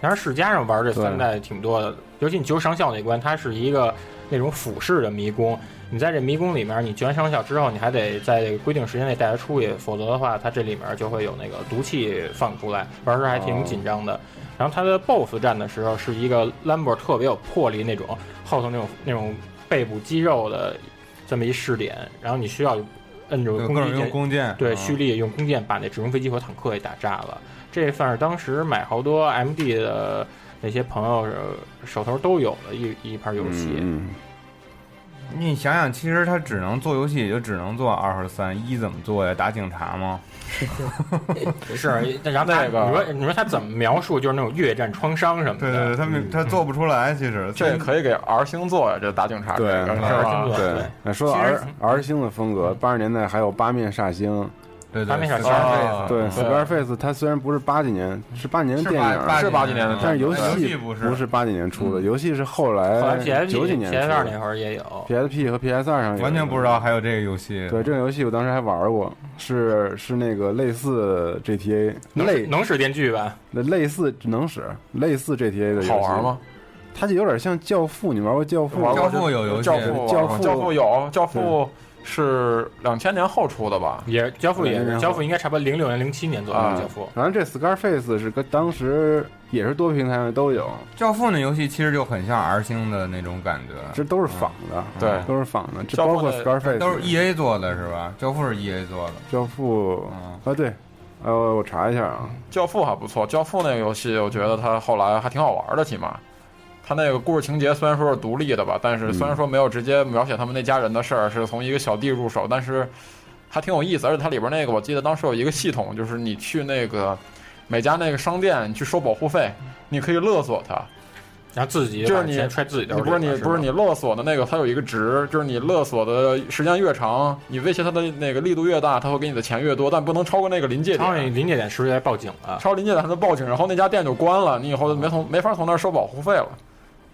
当然世嘉上玩这三代挺多的，尤其你救上校那关，它是一个那种俯视的迷宫。你在这迷宫里面，你救完上校之后，你还得在规定时间内带他出去，否则的话，它这里面就会有那个毒气放出来，玩时还挺
哦
紧张的。然后它的 BOSS 战的时候，是一个兰博特别有魄力那种，后头那种那种背部肌肉的这么一试点，然后你需要摁住
对
攻
各
击
种
键
用弓箭
对
啊
嗯
蓄力用弓箭把那直升飞机和坦克给打炸了。这算是当时买好多 MD 的那些朋友呃手头都有的一一盘游戏。
嗯，
你想想，其实他只能做游戏，也就只能做二和三，一怎么做呀？打警察吗？
嗯
<laughs> 是，然后他
那个
你说你说他怎么描述就是那种越战创伤什么的？
对对对，他们他做不出来，其实
这可以给 R 星做呀，这打警察
对，
这个是吧？
对。那说到
其实
R R 星的风格，八十年代还有八面煞星。
对
对八面煞星
Scarface
对
对
Scarface，它虽然不是八几年，是八几年的
嗯
电
是
影，
八是八几年的
但是
电
游
影游
戏
戏嗯不是
不是八几年出的，游戏是后
后来
来
PSP
九几年
PS 二那
出
会儿也有。
的 PSP 和 PS 二上有
完全不知道还有这个游戏。
对这个游戏，我当时还玩过，是是那个类似 GTA
能
类
能使电锯吧？
类似能使类似 GTA 的游戏
好玩吗？
它就有点像《教父》，你玩过《教父》吗？
玩过这教父
对
玩过
教父，
教父有，教父是两千年后出的吧？
也交付也
2000
是
年
交付，应该差不多零六年零七年左右
啊
交付。
反正这 Scarface 是跟当时也是多平台上都有，
教父那游戏其实就很像 R 星的那种感觉，
这都是仿
嗯
的，啊
对
都是仿的，这
教
包
父
括
的
Scarface
都是 EA 做的是吧？教父是 EA 做的，嗯
教父啊，对，呃，我查一下啊，
教父嗯还不错，教父那个游戏，我觉得它后来还挺好玩的，起码。它那个故事情节虽然说是独立的吧，但是
嗯
虽然说没有直接描写他们那家人的事儿，是从一个小弟入手，但是还挺有意思。而且它里边那个，我记得当时有一个系统，就是你去那个每家那个商店，你去收保护费，你可以勒索他，
然后自己
就是
把
你
钱揣自己兜
你
里
不是
了，
你
吧
不是你勒索的那个，它有一个值，就是你勒索的时间越长，你威胁它的那个力度越大，它会给你的钱越多，但不能超过那个临界点。
超过临界点是不是该报警了？
超临界点它就报警，然后那家店就关了，你以后就没从没法从那儿收保护费了。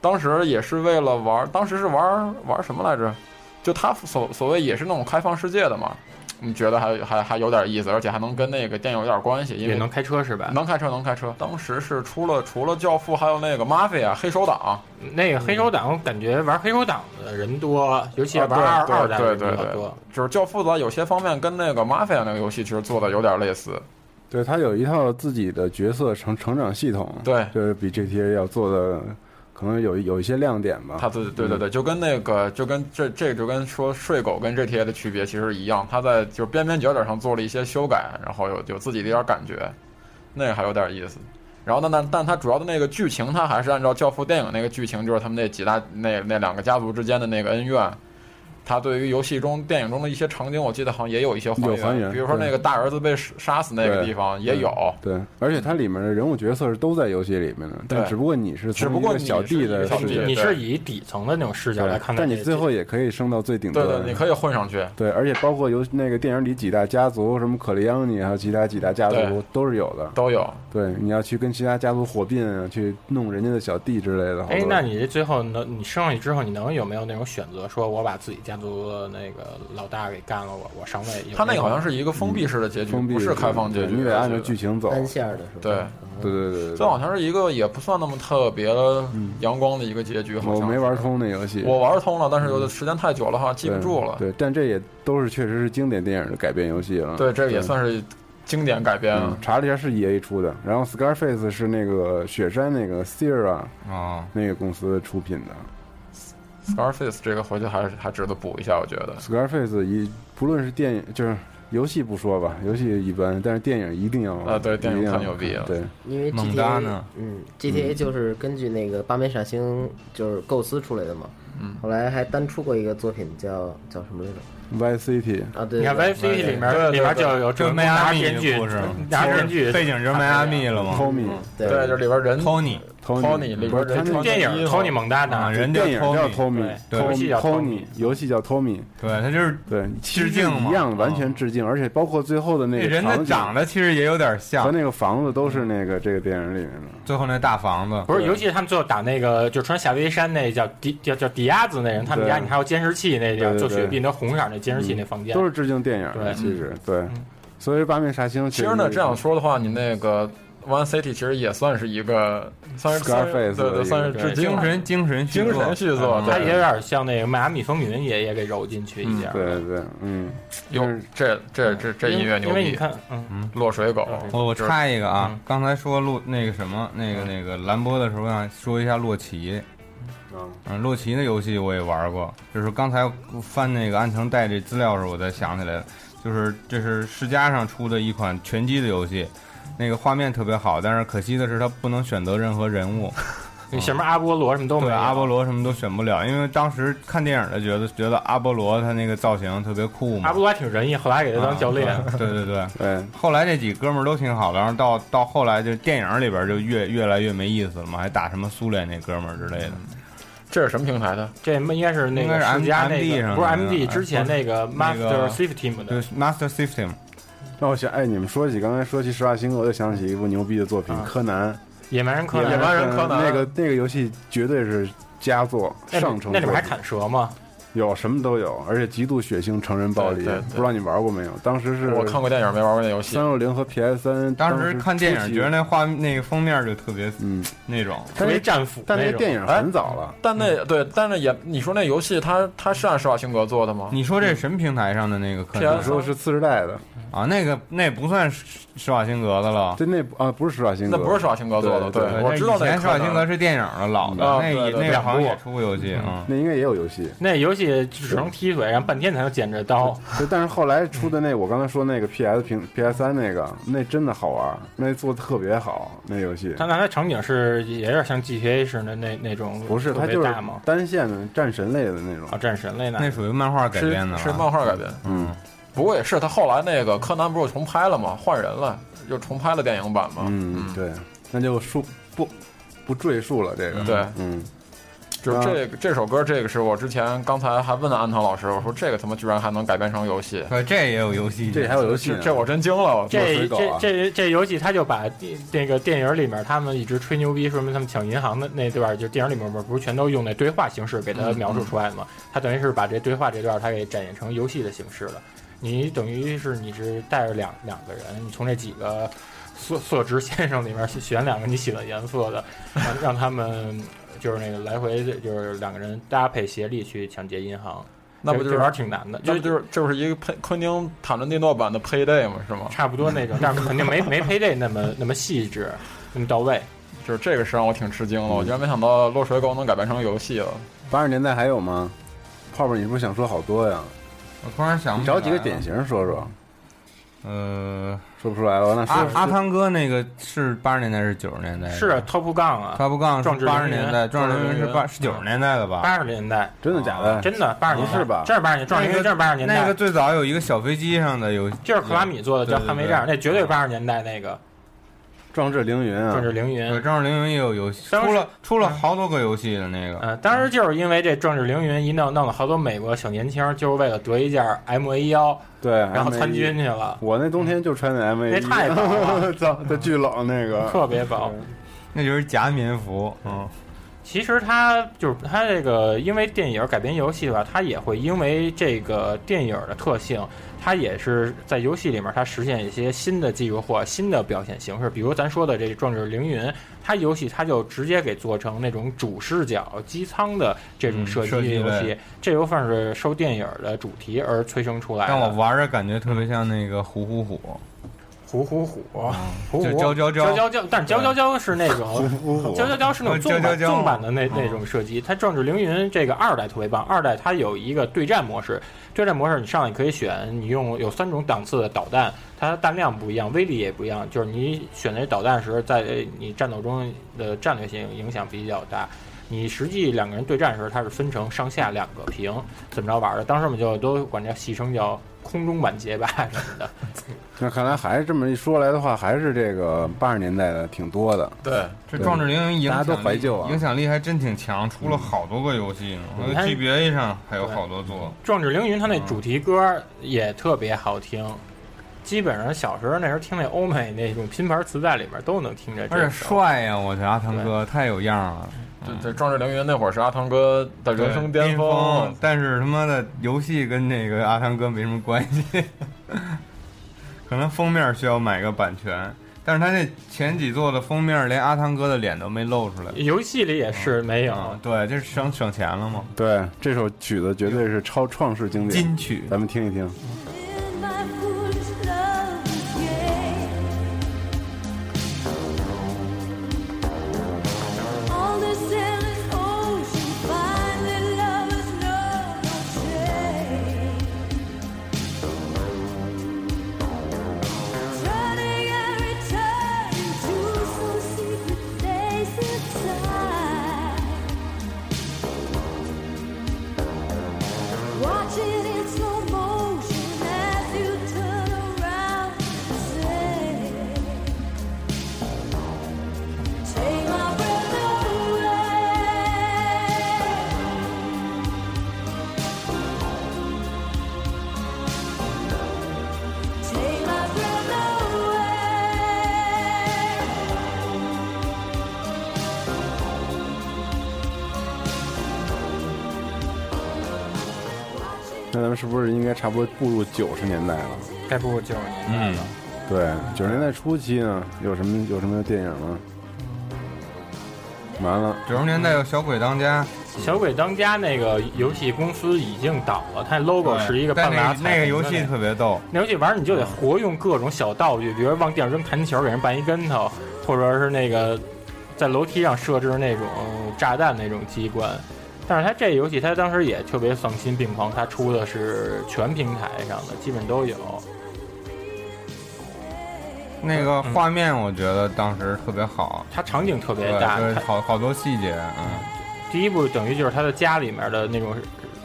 当时也是为了玩，当时是玩玩什么来着？就它所所谓也是那种开放世界的嘛，你觉得还还还有点意思，而且还能跟那个电影有点关系，因
也
为
能开车是吧？
能开车能开车。当时是出了除了教父，还有那个马菲啊，黑手党。
那个黑手党，我感觉玩黑手党的人多，尤其是玩
嗯啊
二
对
二代的
对
人
对
比较
对
多。，
就是《教父》在有些方面跟那个《马菲亚》那个游戏其实做的有点类似。
对，它有一套自己的角色成成长系统，
对，
就是比 GTA 要做的可能有有一些亮点吧。
它对对对对，就跟那个就跟这这个就跟说睡狗跟 GTA 的区别其实一样，它在就是边边角角上做了一些修改，然后有有自己的一点感觉，那个还有点意思。然后呢，但但它主要的那个剧情，它还是按照《教父》电影那个剧情，就是他们那几大那那两个家族之间的那个恩怨。它对于游戏中、电影中的一些场景，我记得好像也有一些还
有
原，
还原
比如说
对
那个大儿子被杀死那个
对
地方也有。
对，对而且它里面的人物角色是都在游戏里面的，但
对
只不过你是
只
从
不
一
过
个
你
小
是
弟
一个
的
小
视
弟
角，
你是以底层的那种视角来看待
但
这
你
些，
最后也可以升到最顶
对
端。
对，你可以混上去。
对，而且包括有那个电影里几大家族，什么可利昂尼，还有其他几大家族
对
都是有的。
都有。
对，你要去跟其他家族火并啊，去弄人家的小弟之类的。好
哎，
多
那你这最后能你升上去之后，你能有没有那种选择，说我把自己家族的那个老大给干了，我我上位？有
它那
没有
个好像是一个封闭式的结局，
封闭
不是开放结
对
局，
你得
我
按照
觉得
剧情走。
单线的是吧？
对，
对对对对
这
对，
好像是一个也不算那么特别的阳光的一个结局，好
我
像
没玩通那游戏，
我玩通了，但是有的时间太久了哈，记不
对
住了。
对，但这也都是确实是经典电影的改编游戏了。
对，这个也算是经典改编。
嗯，查了一下是 E A 出的，然后 Scarface 是那个雪山那个 Sierra
啊
那个公司出品的。
Scarface 这个回去还是还值得补一下，我觉得。
Scarface 一不论是电影就是游戏不说吧，游戏一般，但是电影一定要
啊对电影
一定要
太牛逼了
对，
因为 GTA，嗯，GTA 就是根据那个八面煞星就是构思出来的嘛。
嗯，
后来还单出过一个作品叫叫什么来着？
Y City
啊，对，
你看 Y
对
C 里面
对对对
里面就
就
有主
是
人公
迈
拿
阿
着
密
电
的
锯
故事，，
拿着电锯，
背景就是迈阿密了吗
Tommy
对
对，就里边人
？Tony
里边人穿
电
不是他那
的衣
影
服
Tony 蒙达
啊，
纳，
人
电影叫
Tommy，对
Tommy，
游戏叫
Tony，游戏叫 Tommy，
对他就是
对，其实
致敬嘛
一样，
嗯
完全致敬，而且包括最后的那
那
个
人
场
的
景
长得其实也有点
和
像，
那个房子都是那个这个电影里面的。
最后那大房子
不是，尤其是他们最后打那个，就穿夏威夷衫那叫迪叫叫迪亚子那人，他们
对
家你还有监视器那
对
叫
对
做
对
雪碧那红色那监视器那房间
都，是致敬电影的，
对嗯
其实对，所以八面煞星
其实呢，这样说的话，你那个 One City 其实也算是一个，算是
Scarface
对
的
对，
一
算是
个
致敬
精神
精神
精神续作，
它
对
嗯也有点像那个迈阿密风云也也给揉进去一下。
对对，嗯，
哟，这这这这音乐牛
因为
逼！
你看，嗯
嗯，落水狗，
我我
就是
插一个啊，刚才说洛那个什么那个那个兰波的时候，我想说一下洛奇。嗯，洛奇的游戏我也玩过，就是刚才翻那个安藤带这资料的时候，我才想起来了，就是这是世嘉上出的一款拳击的游戏，那个画面特别好，但是可惜的是它不能选择任何人物。
你什么阿波罗什么都没
对，
有，
阿波罗什么都选不了，因为当时看电影的觉得觉得阿波罗他那个造型特别酷嘛。
阿波罗还挺仁义，后来给他当教练。
啊对对对
对。
后来这几哥们儿都挺好的，然后到到后来就电影里边就越越来越没意思了嘛，还打什么苏联那哥们儿之类的。
嗯
这是什么平台的？
这应该是那
应该
个
是 M-
世嘉那
MD 上
个，不是
的
MD 之前那个
那个
Master System 的
对 Master System，
那我想，哎，你们说起刚才说起施瓦辛格，我就想起一部牛逼的作品《柯南》。
野蛮人啊柯南，
啊那个那个游戏绝对是佳作，
哎那里
上乘。
那里面还砍蛇吗？
有什么都有，而且极度血腥、成人暴力。
对对对
不知道你玩过没有？当时是
我看过电影，没玩过那游戏
三。六零和 PS 三，
当时看电
初
影
期
觉得那画那个封面就特别
嗯
那种，
但是特别战
斧
但那那种电影很早了。
但那对，但那也你说那游戏它它是按施瓦辛格做的吗？
你说这什么平台上的那个柯
PS
南？
我嗯说
是次世代的
啊，那个那不算施施瓦辛格的了。
对，那啊不是施瓦辛格，
那不是施瓦辛格做的
对
对我知道
以
那啊
前
柯
施瓦
南
辛格是电影的老的，
啊
那
对
也
对
那个好像
两
也
部
出过游戏
嗯
啊。
那应该也有游戏。
那游戏只能踢腿，然后半天才能捡着刀。
对，但是后来出的那我刚才说那个 PS 平 PS 三那个，那真的好玩，那做的特别好，那游戏
它那它场景是也有点像 GTA 似的那那种，
不是
特
它
别
就是
大吗？
单线的战神类的那种
啊，战神类
那属于漫画改编的吧
是是漫画改编。
嗯，
不过也是，他后来那个柯南不是重拍了吗？换人了，又重拍了电影版嘛。
嗯，对，那就说不不赘述了这个。
对
嗯，
就是这个这首歌，这个是我之前刚才还问了安藤老师，我说这个他妈居然还能改编成游戏，
对，这也有游戏，
这还有游戏呢
这我真惊了。我
啊这
啊
这这这游戏，它就把电那个电影里面他们一直吹牛逼，说明他们抢银行的那段，就是电影里面不是全都用那对话形式给
嗯
它描述出来吗？它等于是把这对话这段，它给展现成游戏的形式了。你等于是你是带着两两个人，你从这几个色色值先生里面选两个你喜欢颜色
<laughs>
的，让让他们就是那个来回就是两个人搭配协力去抢劫银行。
那不
这
就
这
是
玩意儿挺难的，
那不就是就是一个佩昆汀塔伦蒂诺版的 Payday 嘛，是吗？
差不多那种，但是肯定没 <laughs> 没 Payday 那么那么细致，那么到位。
就是这个是让我挺吃惊的，我居然没想到落水狗能改编成游戏啊了。
八十年代还有吗？泡泡，你是不是想说好多呀？
我突然
啊
想不
你
起来
找
了
几个典型说说，
呃，
说不出来了。那
阿
啊
说
阿汤哥那个是八十年代是九十年代的？
是哎 Top Gun 啊
他不杠
壮
是
志凌
八
云
十年代，壮志凌云是八是九十年代的吧？
八十年代，
真的假的？
真的八十年代
不是吧？
这哎是八十年，壮志凌云这是八十年
那个
代，
最早有一个小飞机上的有，
就是克拉米做的叫捍卫战，那绝对嗯八十年代那个
壮志凌云啊，
壮志凌云。
对，壮志凌云也有游戏，
当时
出了出了好多个游戏的那个。
嗯，当时就是因为这壮志凌云一弄，弄了好多美国小年轻，就是为了得一件 M A 幺，
对，
然后
MA
参军去了，
我那冬天就穿的 M A，
那太薄
<laughs>
了
操，这巨冷那个，
特别薄。
那就是假棉服，嗯，
其实它就是它这个，因为电影改编游戏的话，它也会因为这个电影的特性，它也是在游戏里面它实现一些新的技术或新的表现形式。比如咱说的这《壮志凌云》，它游戏它就直接给做成那种主视角机舱的这
嗯
种射击
射击
游戏，
类
这又算是受电影的主题而催生出来的。
但我玩着感觉特别像那个虎虎虎，
虎虎虎，虎虎
就娇娇娇
娇娇娇，但是娇娇娇是那
<laughs>
种
虎
娇娇娇是那种纵
嗯娇娇
版
娇
纵版的那那种射击。它壮志凌云这个二代特别棒，二代它有一个对战模式，对战模式你上来可以选，你用有三种档次的导弹，它弹量不一样，威力也不一样，就是你选择导弹时，在你战斗中的战略性影响比较大。你实际两个人对战时，它是分成上下两个屏，怎么着玩的？当时我们就都管这戏称叫空中版结巴什么的。
那看来还是这么一说来的话，还是这个八十年代的挺多的。
对，
这壮志凌云影
大家
响
都
力
怀旧啊
影响力还真挺强，出了好多个游戏呢，
嗯
我觉得 GBA 上还有好多做。
《壮志凌云》它那
嗯
主题歌也特别好听，基本上小时候那时候听那欧美那种拼盘磁带里面都能听着这
而且
首。
帅呀、我去阿汤哥太有样了，
这这《壮志凌云》那会儿是阿汤哥的人生巅峰
峰，，但是他妈的游戏跟那个 <laughs> 阿汤哥没什么关系，可能封面需要买个版权。但是他那前几座的封面连阿汤哥的脸都没露出来，
游戏里也是没有。
对，这是省省钱了吗？
对，这首曲子绝对是超创世经典
金曲，
咱们听一听。
Watch it in slow motion as you turn around and say, Take my breath away. Take my breath away.
那咱们是不是应该差不多步入九十年代了？
该步入九十年代
嗯
了。，
对，九十年代初期呢，有什么有什么电影吗？完了，
九十年代有《小鬼当家》，
小鬼当家那个游戏公司已经倒了，它 logo
对
嗯是一个
但
半拉
那
彩
那个
虹
游
的
戏
那
特别逗，
那游戏玩儿你
嗯
就得活用各种小道具，比如往地上扔弹弹球给人绊一跟头，或者是那个在楼梯上设置那种炸弹那种机关。但是它这游戏它当时也特别丧心病狂，它出的是全平台上的，基本都有。
那个
嗯
画面我觉得当时特别好，
它场景特别
对
大
就是
它
好好多细节，嗯，
第一部等于就是他的家里面的那种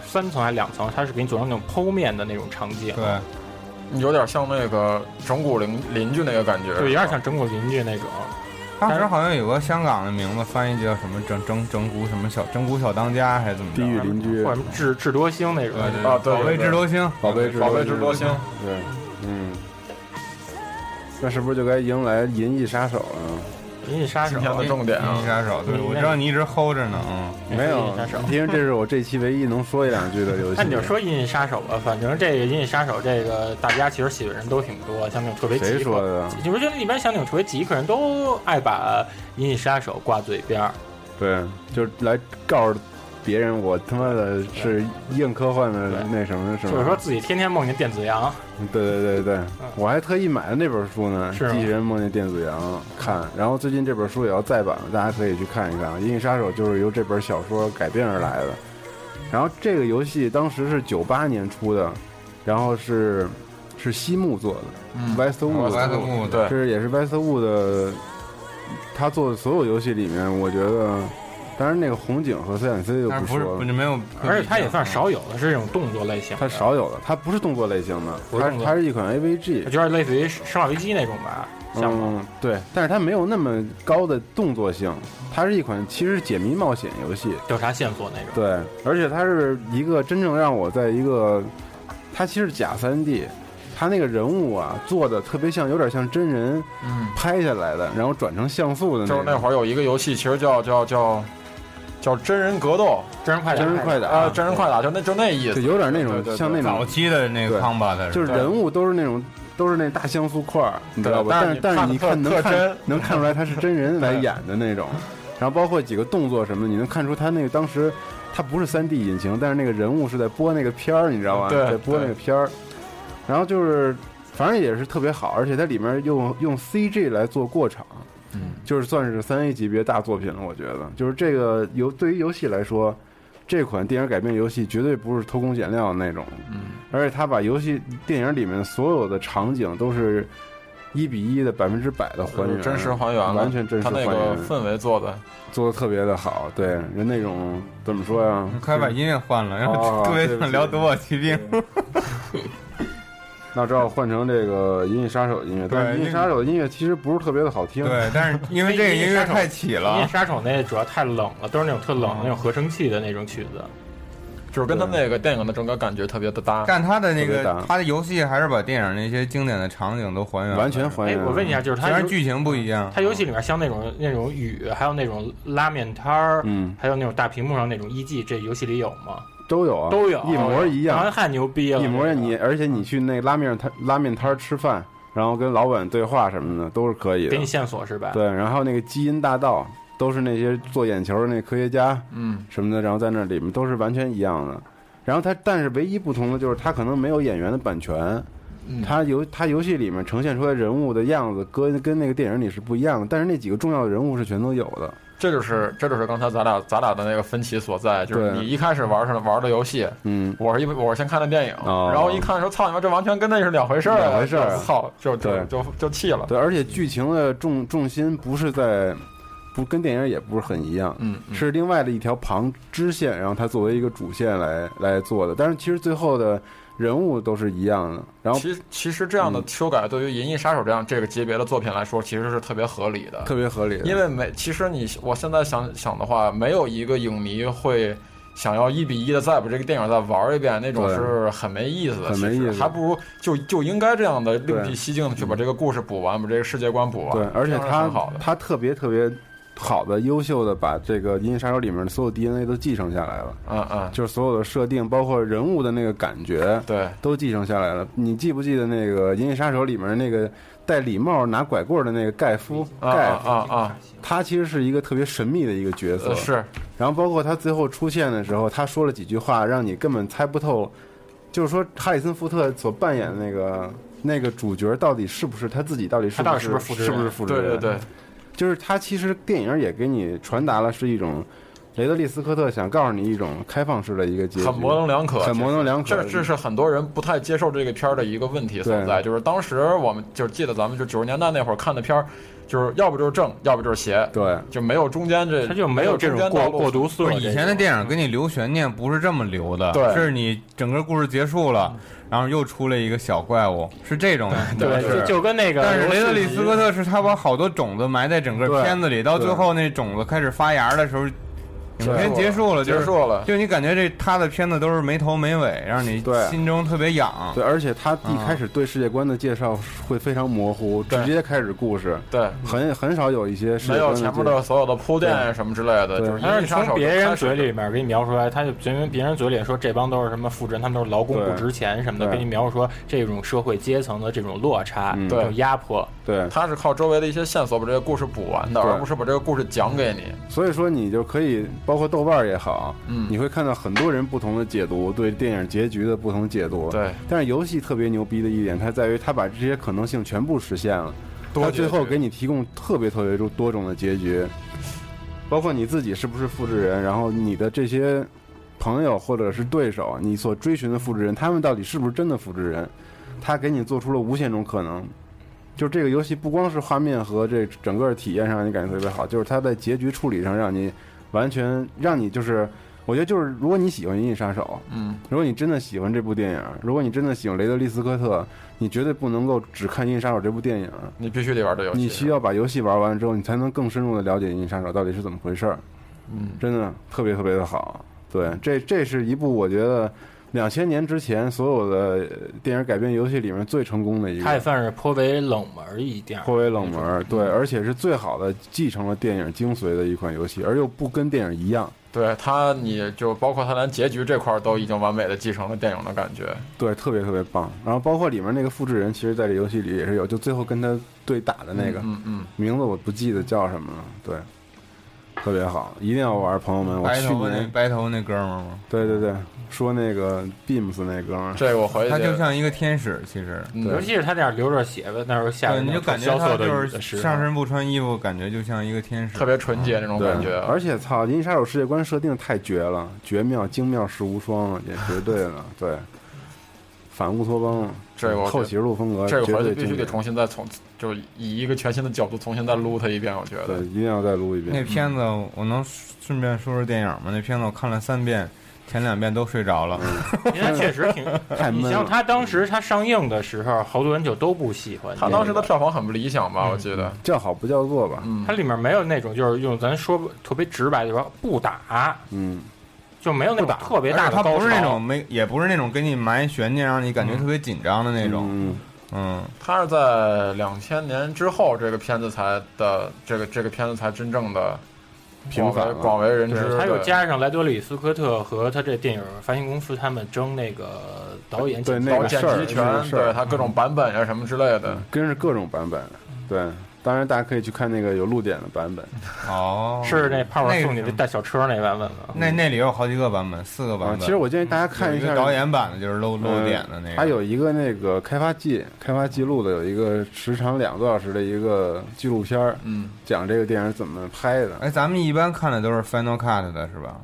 三层还是两层，它是给你做成那种剖面的那种场景。
对，
有点像那个整蛊邻邻居那个感觉，
对，有点像整蛊邻居那种。
当时好像有个香港的名字翻译叫什么整整整蛊什么小整蛊小当家还是怎么着？地狱
邻居
或者什么智智多星那种
对对
啊对
宝贝智多星，
宝贝智
宝贝智多星，
对，嗯，那是不是就该迎来《银翼杀手》了？
银翼杀手，
今天的重点啊
银嗯翼杀手，对，我知道你一直 hold 着呢，嗯，
没有
银翼杀手，
因为这是我这期唯一能说一两句的游戏。
那你就说《银翼杀手》吧，反正这个《银翼杀手》这个大家其实喜欢人都挺多，像那种特别
谁
极
说
客，
的？啊
你不觉得里边像那种特别极客人都爱把《银翼杀手》挂嘴边儿？
对，就是来告诉别人我他妈的是硬科幻的那什么什么。
就是说自己天天梦见电子羊，
对对对对，
嗯
我还特意买了那本书呢，
是
《
啊
吗
机器人梦见电子羊》看，
嗯
然后最近这本书也要再版了，大家可以去看一看啊。《银翼杀手》就是由这本小说改编而来的。然后这个游戏当时是九八年出的，然后是是西木做的、
嗯
w e s t w o o d
Westwood，对
是也是 Westwood 的，他做的所有游戏里面，我觉得，当然那个红警和 CNC 就
但是
不
不
说
是
了，
不是没有，
而且它也算少有的是这种动作类型的，
嗯它少有的，它不是动作类型的，
不是
它
动作
它是一款 AVG，
有点类似于《生化危机》那种吧，像吗？
嗯，对，但是它没有那么高的动作性，它是一款其实解谜冒险游戏。
调查线索那种。
对，而且它是一个真正让我在一个，它其实假三 D，它那个人物啊做的特别像，有点像真人
嗯，
拍下来的，然后转成像素的
就是
那
那会儿有一个游戏，其实叫叫叫叫真人格斗，
真人快
打真人快打
啊，真人快打，就那就那意思，
就有点那种
对对对
像那种
早期的那个
对
combat 的，
就是人物都是那种。都是那大像素块儿，你知道吧？但
对
是但是
但是
你
你
看
看得
能
特特
看
真
能看出来他是真人来演的那种，然后包括几个动作什么的，你能看出他那个当时他不是三 D 引擎，但是那个人物是在播那个片儿，你知道吗？
对
在播那个
对
片儿，然后就是反正也是特别好，而且它里面用用 CG 来做过场，就是算是三 A 级别大作品了，我觉得。就是这个游对于游戏来说，这款电影改编游戏绝对不是偷工减料的那种，
嗯
而且他把游戏电影里面所有的场景都是一比一的百分之百的还原，啊
真实还原了，
完全真实
他那
还原，
个氛围做的，
做的特别的好。对，人那种怎么说呀？
嗯
快把音乐换了，然
哦
后特别
对不
想
起
聊《夺宝奇兵》。
那我只好换成这个《银翼杀手》音乐，但是《
对
银翼杀手》音乐其实不是特别的好听。
对，但是因为这个音乐太起
《
了
银翼，杀手》那主要太冷了，都是那种特冷的那种合成器的那种曲子。
就是跟他那个电影的整个感觉特别的搭。
<laughs> 但他的那
特别
个
大
他的游戏还是把电影那些经典的场景都还原了，
完全还原
哎我问一下就是它
虽然
有
剧情不一样，
它游戏里面像那种那种雨，还有那种拉面摊儿，
嗯，
还有那种大屏幕上那种遗迹，这游戏里有吗？
都有啊，
都有哦
一模一样
然后，太牛逼了，
一模一样。你而且你去那拉面摊拉面摊儿吃饭，然后跟老板对话什么的都是可以的。
给你线索是吧？
对，然后那个基因大盗都是那些做眼球的那科学家，
嗯，
什么的，然后在那里面都是完全一样的。然后它，但是唯一不同的就是它可能没有演员的版权，它游它游戏里面呈现出来人物的样子跟跟那个电影里是不一样的，但是那几个重要的人物是全都有的。
这就是这就是刚才咱俩咱俩的那个分歧所在，就是
对
你一开始玩上玩的游戏，
嗯，
我是一我是先看的电影，
哦
然后一看说操你妈，这完全跟那是两回事儿啊，
两回事儿
操，就就
对
就就气了。
对，而且剧情的重重心不是在，不跟电影也不是很一样，
嗯
是另外的一条旁支线，然后它作为一个主线来来做的。但是其实最后的人物都是一样的，然后嗯
其实其实这样的修改对于《银翼杀手》这样这个级别的作品来说，其实是特别合理的，
特别合理的。
因为没，其实你我现在想想的话，没有一个影迷会想要一比一的再把这个电影再玩一遍，那种
对
是很没意思的，
很没
其实
意思
还不如就就应该这样的另辟
对
蹊径的去把这个故事补完，把这个世界观补完。
对，而且
这样是
他
很好的。
他特别特别好的、优秀的把这个《银翼杀手》里面的所有 DNA 都继承下来了。
嗯嗯，
就是所有的设定，包括人物的那个感觉，
对，
都继承下来了。你记不记得那个《银翼杀手》里面那个戴礼帽拿拐棍儿的那个盖夫？
啊
盖
啊啊啊！
他其实是一个特别神秘的一个角色。
呃是。
然后包括他最后出现的时候，他说了几句话，让你根本猜不透，就是说哈里森福特所扮演的那个那个主角到底是不是他自己，到底是
他到
不
底是不是复制
是
人
不是复制人？
对对对。
就是他其实电影也给你传达了是一种。雷德利·斯科特想告诉你一种开放式的一个结局，
很模棱两可，
很模棱两可。
这这是很多人不太接受这个片儿的一个问题所在，就是当时我们就记得咱们就九十年代那会儿看的片儿，就是要不就是正，要不就是邪，
对，
就没有中间这，
它就没有这种
中间道路
过过渡隧道
以前的电影给你留悬念不是这么留的，
对
是你整个故事结束了，然后又出来一个小怪物，是这种。
嗯对
是
就就跟那个
但是雷德利
罗斯
斯科特是他把好多种子埋在整个
对
片子里，到最
对
后那种子开始发芽的时候。影片
结
结
束
束
了
了，就是
结束了
就你感觉这他的片子都是没头没尾，让你
对
心中特别痒。
对，而且他一开始对世界观的介绍会非常模糊，直接开始故事，
对，
很很少有一些
没
世界
有
观
前
介
面的所有的铺垫什么之类的，
对
就是
他
一
是
一杀手
从别人
开始
嘴里面给你描述出来，他就因为别人嘴里说这帮都是什么富人，他们都是劳工
对
不值钱什么的，
对
给你描述说这种社会阶层的这种落差、
嗯
这
对
种压迫。
对，
他是靠周围的一些线索把这个故事补完的，
对
而不是把这个故事讲给你。
所以说，你就可以包括豆瓣儿也好，
嗯
你会看到很多人不同的解读，对电影结局的不同解读。
对，
但是游戏特别牛逼的一点，它在于它把这些可能性全部实现了，
多
它
结
最后给你提供特别特别多多种的结局，包括你自己是不是复制人，然后你的这些朋友或者是对手，你所追寻的复制人，他们到底是不是真的复制人？它给你做出了无限种可能。就这个游戏不光是画面和这整个体验上让你感觉特别好，就是它在结局处理上让你完全让你就是，我觉得就是如果你喜欢《银翼杀手》，
嗯，
如果你真的喜欢这部电影，如果你真的喜欢雷德利·斯科特，你绝对不能够只看《银翼杀手》这部电影，
你必须得玩这游戏。
你需要把游戏玩完之后，你才能更深入的了解《银翼杀手》到底是怎么回事儿。
嗯，
真的特别特别的好。对，这这是一部我觉得两千年之前所有的电影改编游戏里面最成功的一个，
他也算是颇为冷门一点儿，
颇为冷门儿。对，而且是最好的继承了电影精髓的一款游戏，而又不跟电影一样。
对他，你就包括他连结局这块儿都已经完美的继承了电影的感觉。
对，特别特别棒。然后包括里面那个复制人，其实在这游戏里也是有，就最后跟他对打的那个，
嗯嗯
名字我不记得叫什么了。对，特别好，一定要玩，朋友们。我
白
去
头那
年，
白头那哥们儿吗？
对对对，说那个 Beams 那哥们儿，
这我回
他就像一个天使，其实
尤其是他那样流着血的那时候下
对，你
面那
就
种
感觉
萧
他
瑟的
就
雨的
是
时候
上身不穿衣服，感觉就像一个天使，
特别纯洁那种
对
感觉。啊
而且操，《银翼杀手》世界观设定太绝了，绝妙、精妙、世无双，也绝对
<laughs>
了。对，反乌托邦，
这个我觉得
后启示录风格，
这个
绝
回去
对
必须
经
得
典
重新再从，就是以一个全新的角度重新再撸它一遍。我觉得
对，一定要再录一遍。
那片子我能顺便说说电影吗？那片子我看了三遍，前两遍都睡着了。
因为他确实挺
太闷了
你像他当时他上映的时候，好多人就都不喜欢。
他当时的票房很不理想吧？我记得
叫好不叫座吧。
嗯
它里面没有那种就是用咱说特别直白的说不打，
嗯，
就没有那种特别大的
他
高
不
潮。
是那种没，也不是那种给你埋悬念，让你感觉特别紧张的那种。
嗯
他是在两千年之后，这个片子才的这个这个片子才真正的
嗯平反了广为人知
对还有
对
加上莱德里斯科特和他这电影发行公司他们争那个导演
对那
导
个
剪
事儿
辑
那个
权，
事儿嗯
对它各种版本呀什么之类的。
跟着各种版本，对，当然大家可以去看那个有露点的版本。
哦
<laughs> 是那泡泡
那个
送你
是
的大小车那版本吗？
那那里有好几个版本，四个版
啊
本。
其实我建议大家看
有一
下
个导演版的，就是露露点的那个。
呃它有一个那个开发记开发记录的，有一个时长两个多小时的一个纪录片儿，
嗯，
讲这个电影怎么拍的。
哎，咱们一般看的都是 Final Cut 的是吧？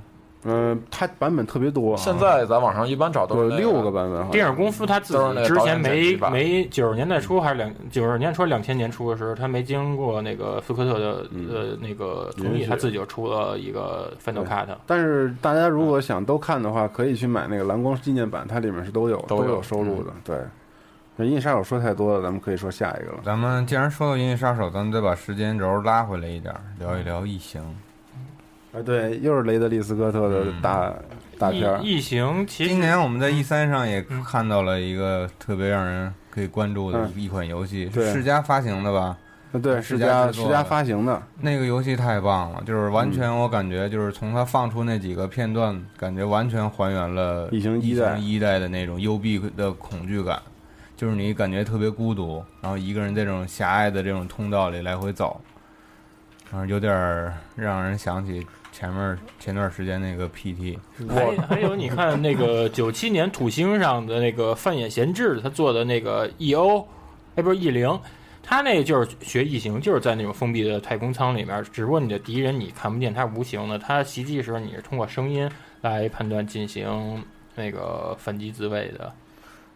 嗯、它版本特别多、
现在在网上一般找都
有
是那个
六个版本，好像
电影公司他自己之
都是
前
那导演剪
没
辑版
没九十年代初还是两九十年代初两千年初的时候，他没经过那个斯科特的
嗯
呃那个
嗯
同
允
意，
许
他自己就出了一个 Final
对
Cut。
但是大家如果想都看的话，可以去买那个蓝光纪念版，它里面是都有
都有嗯
有收录的。对，那《银翼杀手》说太多了，咱们可以说下一个了。
咱们既然说到《银翼杀手》，咱们再把时间轴拉回来一点儿，聊一聊《异形》。
啊，对，又是雷德利斯科特
嗯
的大、大片儿。
异形其实
今年我们在 E 三上也看到了一个特别让人可以关注的
嗯
一款游戏，
对
是世嘉发行的吧？
对，
世
世嘉
制
世
作
嘉
的
发行的，
那个游戏太棒了，就是完全我感觉就是从它放出那几个片段，感觉完全还原了
异形
一
一代
一代的那种幽闭的恐惧感，就是你感觉特别孤独，然后一个人在这种狭隘的这种通道里来回走，然后有点儿让人想起前面前段时间那个 PT，
还还有你看那个九七年土星上的那个范野贤治，他做的那个 E O，哎不是 E 零，他那就是学异形，就是在那种封闭的太空舱里面，只不过你的敌人你看不见，他是无形的，他袭击的时候你是通过声音来判断进行那个反击自卫的。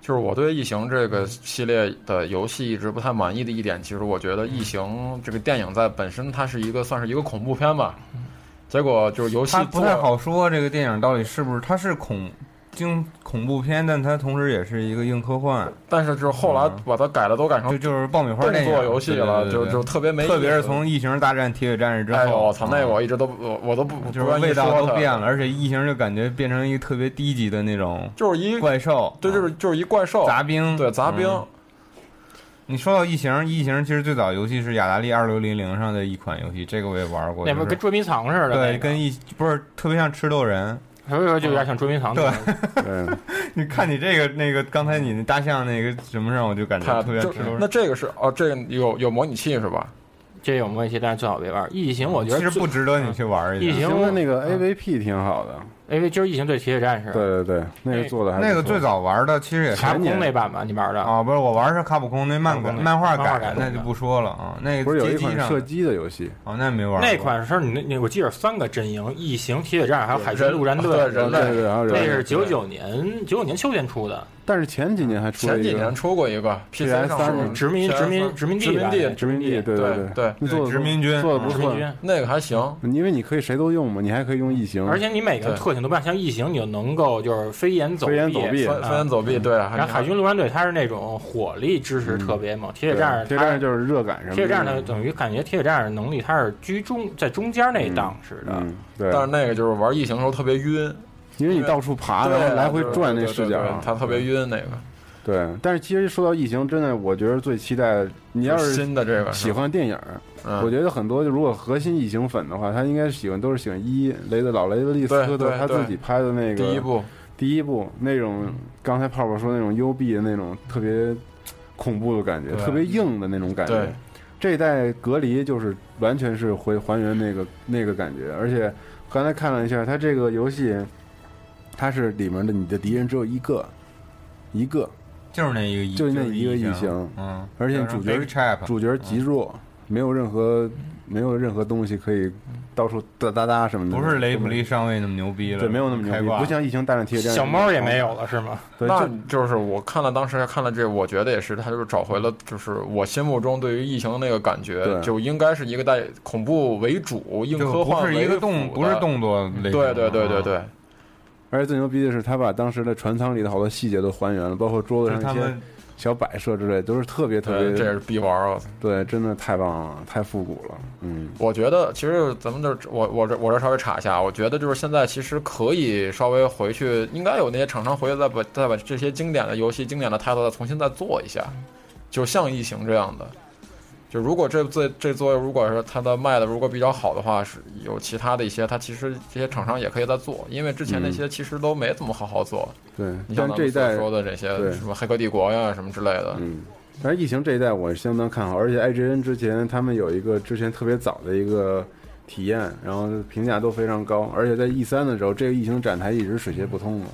就是我对《异形》这个系列的游戏一直不太满意的一点，其实我觉得《异形》这个电影在本身它是一个算是一个恐怖片吧，结果就是游戏
它不太
做
好说这个电影到底是不是它是恐惊恐怖片，但它同时也是一个硬科幻。
但是就是后来把它改了，都改成
就就是爆米花电影
动作游戏了
对对对
就就特别没意思
特别是从《异形大战铁血战士》之
哎呦，
后，啊
我操！那个我一直都不我我都不不
就是
愿意
味道
说
都
它
变了，而且《异形》就感觉变成一个特别低级的那种，
就是一
怪兽，啊
对，就是就是一怪兽
杂兵，
对杂兵
嗯你说到《异形》，《异形》其实最早游戏是雅达利二六零零上的一款游戏，这个我也玩过，
那边
就是
跟捉迷藏似的那
对，
个
跟一不是特别像吃豆人，
所以说就有点像捉迷藏的
对
那种。
<laughs>
对，
你看你这个那个刚才你那大象那个什么上，我就感觉
它
特别
就
像吃豆人
那。这个是哦，这个有有模拟器是吧？
这有模拟器，但是最好别玩。异形我觉得
其实
最
不
值得你去玩
异形
的那个 AVP 挺好的，
因为就是异形对铁血战士，
对对对，那个做的还
哎
那个
不错
最早玩的其实也是
卡普空那版吧，你玩的
啊，不是我玩的是卡普空那漫
卡普空那
漫画
漫画改
改
的
那就不说了啊。那个
不是有一
街机
款
上
射击的游戏？
哦，那没玩过
那款是你那那我记得有三个阵营：异形、铁血战士还有海军
人
陆战队。
对人类
对对还有人
那
类
是九九年九九年秋天出的，
但是前几年还出了
前
一
几
个
年出过一个 PC 上是
殖民殖民殖民地吧
地
殖民地，对
对
对，你做的不做的不错，
那个还行。
因为你可以谁都用嘛，你还可以用异形，
而且你每个特性都不一样，像异形你就能够就是飞檐走
飞
壁，
檐走壁
啊
飞飞檐
走壁
嗯
对还
然后海军陆战队它是那种火力支持特别猛，铁血战士
对铁血
它
战士就是热感什么的，
铁血战士它等于感觉铁血战士能力它是居中在中间那一档似的，
嗯，对，
但是那个就是玩异形的时候特别晕，
因为你到处爬，
对
啊然后来回
对对
转那
对对
视
对
角，啊
它特别晕那个。
对，但是其实说到异形，真的，我觉得最期待，你要是
新的这个是
喜
吧
欢电影儿，
嗯
我觉得很多如果核心异形粉的话，他应该喜欢都是喜欢一雷德老雷德利斯科
对
特
对
他自己拍的那个
第一部，
第一部那种
嗯
刚才泡泡说那种幽闭的那种特别恐怖的感觉，
对
特别硬的那种感觉
对。
这一代隔离就是完全是回还原那个那个感觉，而且刚才看了一下，它这个游戏，它是里面的你的敌人只有一个，一个，
就是那一个异
就那一个
异
异
形
形，，
嗯，
而且
叫什
主
么
角
Big Trap
主角极弱，
嗯
没有任何没有任何东西可以到处哒哒哒什么的，
不是雷普利上尉那么牛逼了，
对，没有那么牛
开
逼，
挂
不像《异形大战铁血战士》，
了是吗？
对
那
就
就是我看了当时看了这个，我觉得也是，他就是找回了，就是我心目中对于异形的那个感觉，
对
就应该是一个带恐怖为主、硬
就
科幻
不是一
为
个
辅
动，不
的
是动作啊类型，
对对对
啊
对对，
而且最牛逼的是，他把当时的船舱里的好多细节都还原了，包括桌子
就是他
上一些
们
小摆设之类，都是特别特
对
别。
这也是必玩啊！
对，真的太棒了，太复古了。嗯，
我觉得其实咱们这我我这我这稍微查一下，我觉得就是现在其实可以稍微回去，应该有那些厂商回去再把再把这些经典的游戏、经典的 title 再重新再做一下，就像异形这样的，就如果这这这作业如果是它的卖的如果比较好的话，是有其他的一些，它其实这些厂商也可以再做，因为之前那些其实都没怎么好好做。
对
你，像咱
但嗯这一
们所
代
说的这些
对
什么《黑客帝国》呀什么之类的，
嗯，但是疫情这一代我是相当看好，而且 IGN 之前他们有一个之前特别早的一个体验，然后评价都非常高，而且在 E 三的时候，这个疫情展台一直水泄不通嘛，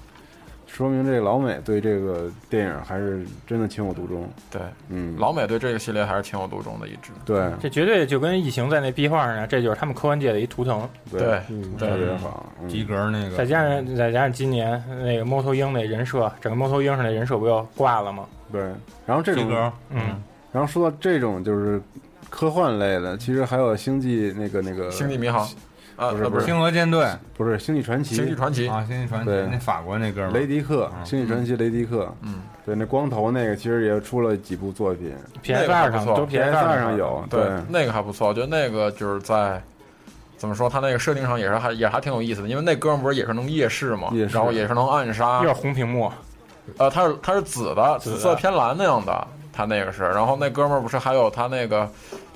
说明这个老美对这个电影还是真的情有独钟。
对，
嗯，
老美对这个系列还是情有独钟的一支。
对，
这绝对就跟异形在那壁画上，这就是他们科幻界的一图腾。
对嗯对特别
好
及格那个，
再加上再加上今年那个猫头鹰那人设，整个猫头鹰上的人设不又挂了吗？
对，然后这种
这
啊
个嗯，
然后说到这种就是科幻类的，其实还有星际那个那个
星际迷航啊
呃不是
啊
不是
星
俄舰队，
不是星际传奇，
星际传奇
啊星际传奇
对
那法国那哥们儿
雷迪克，星际传奇雷迪克，
嗯，
对，那光头那个其实也出了几部作品
PS2
那个还不错
上都 PS2
PS2 上有
对
对，
那个还不错，我觉得那个就是在怎么说，他那个设定上也是还也还挺有意思的，因为那哥们儿不是也是能夜视嘛，
夜视
然后也是能暗杀，
啊
又是红屏幕，
呃，他是他是紫的，紫色偏蓝那样的，他那个是，然后那哥们儿不是还有他那个。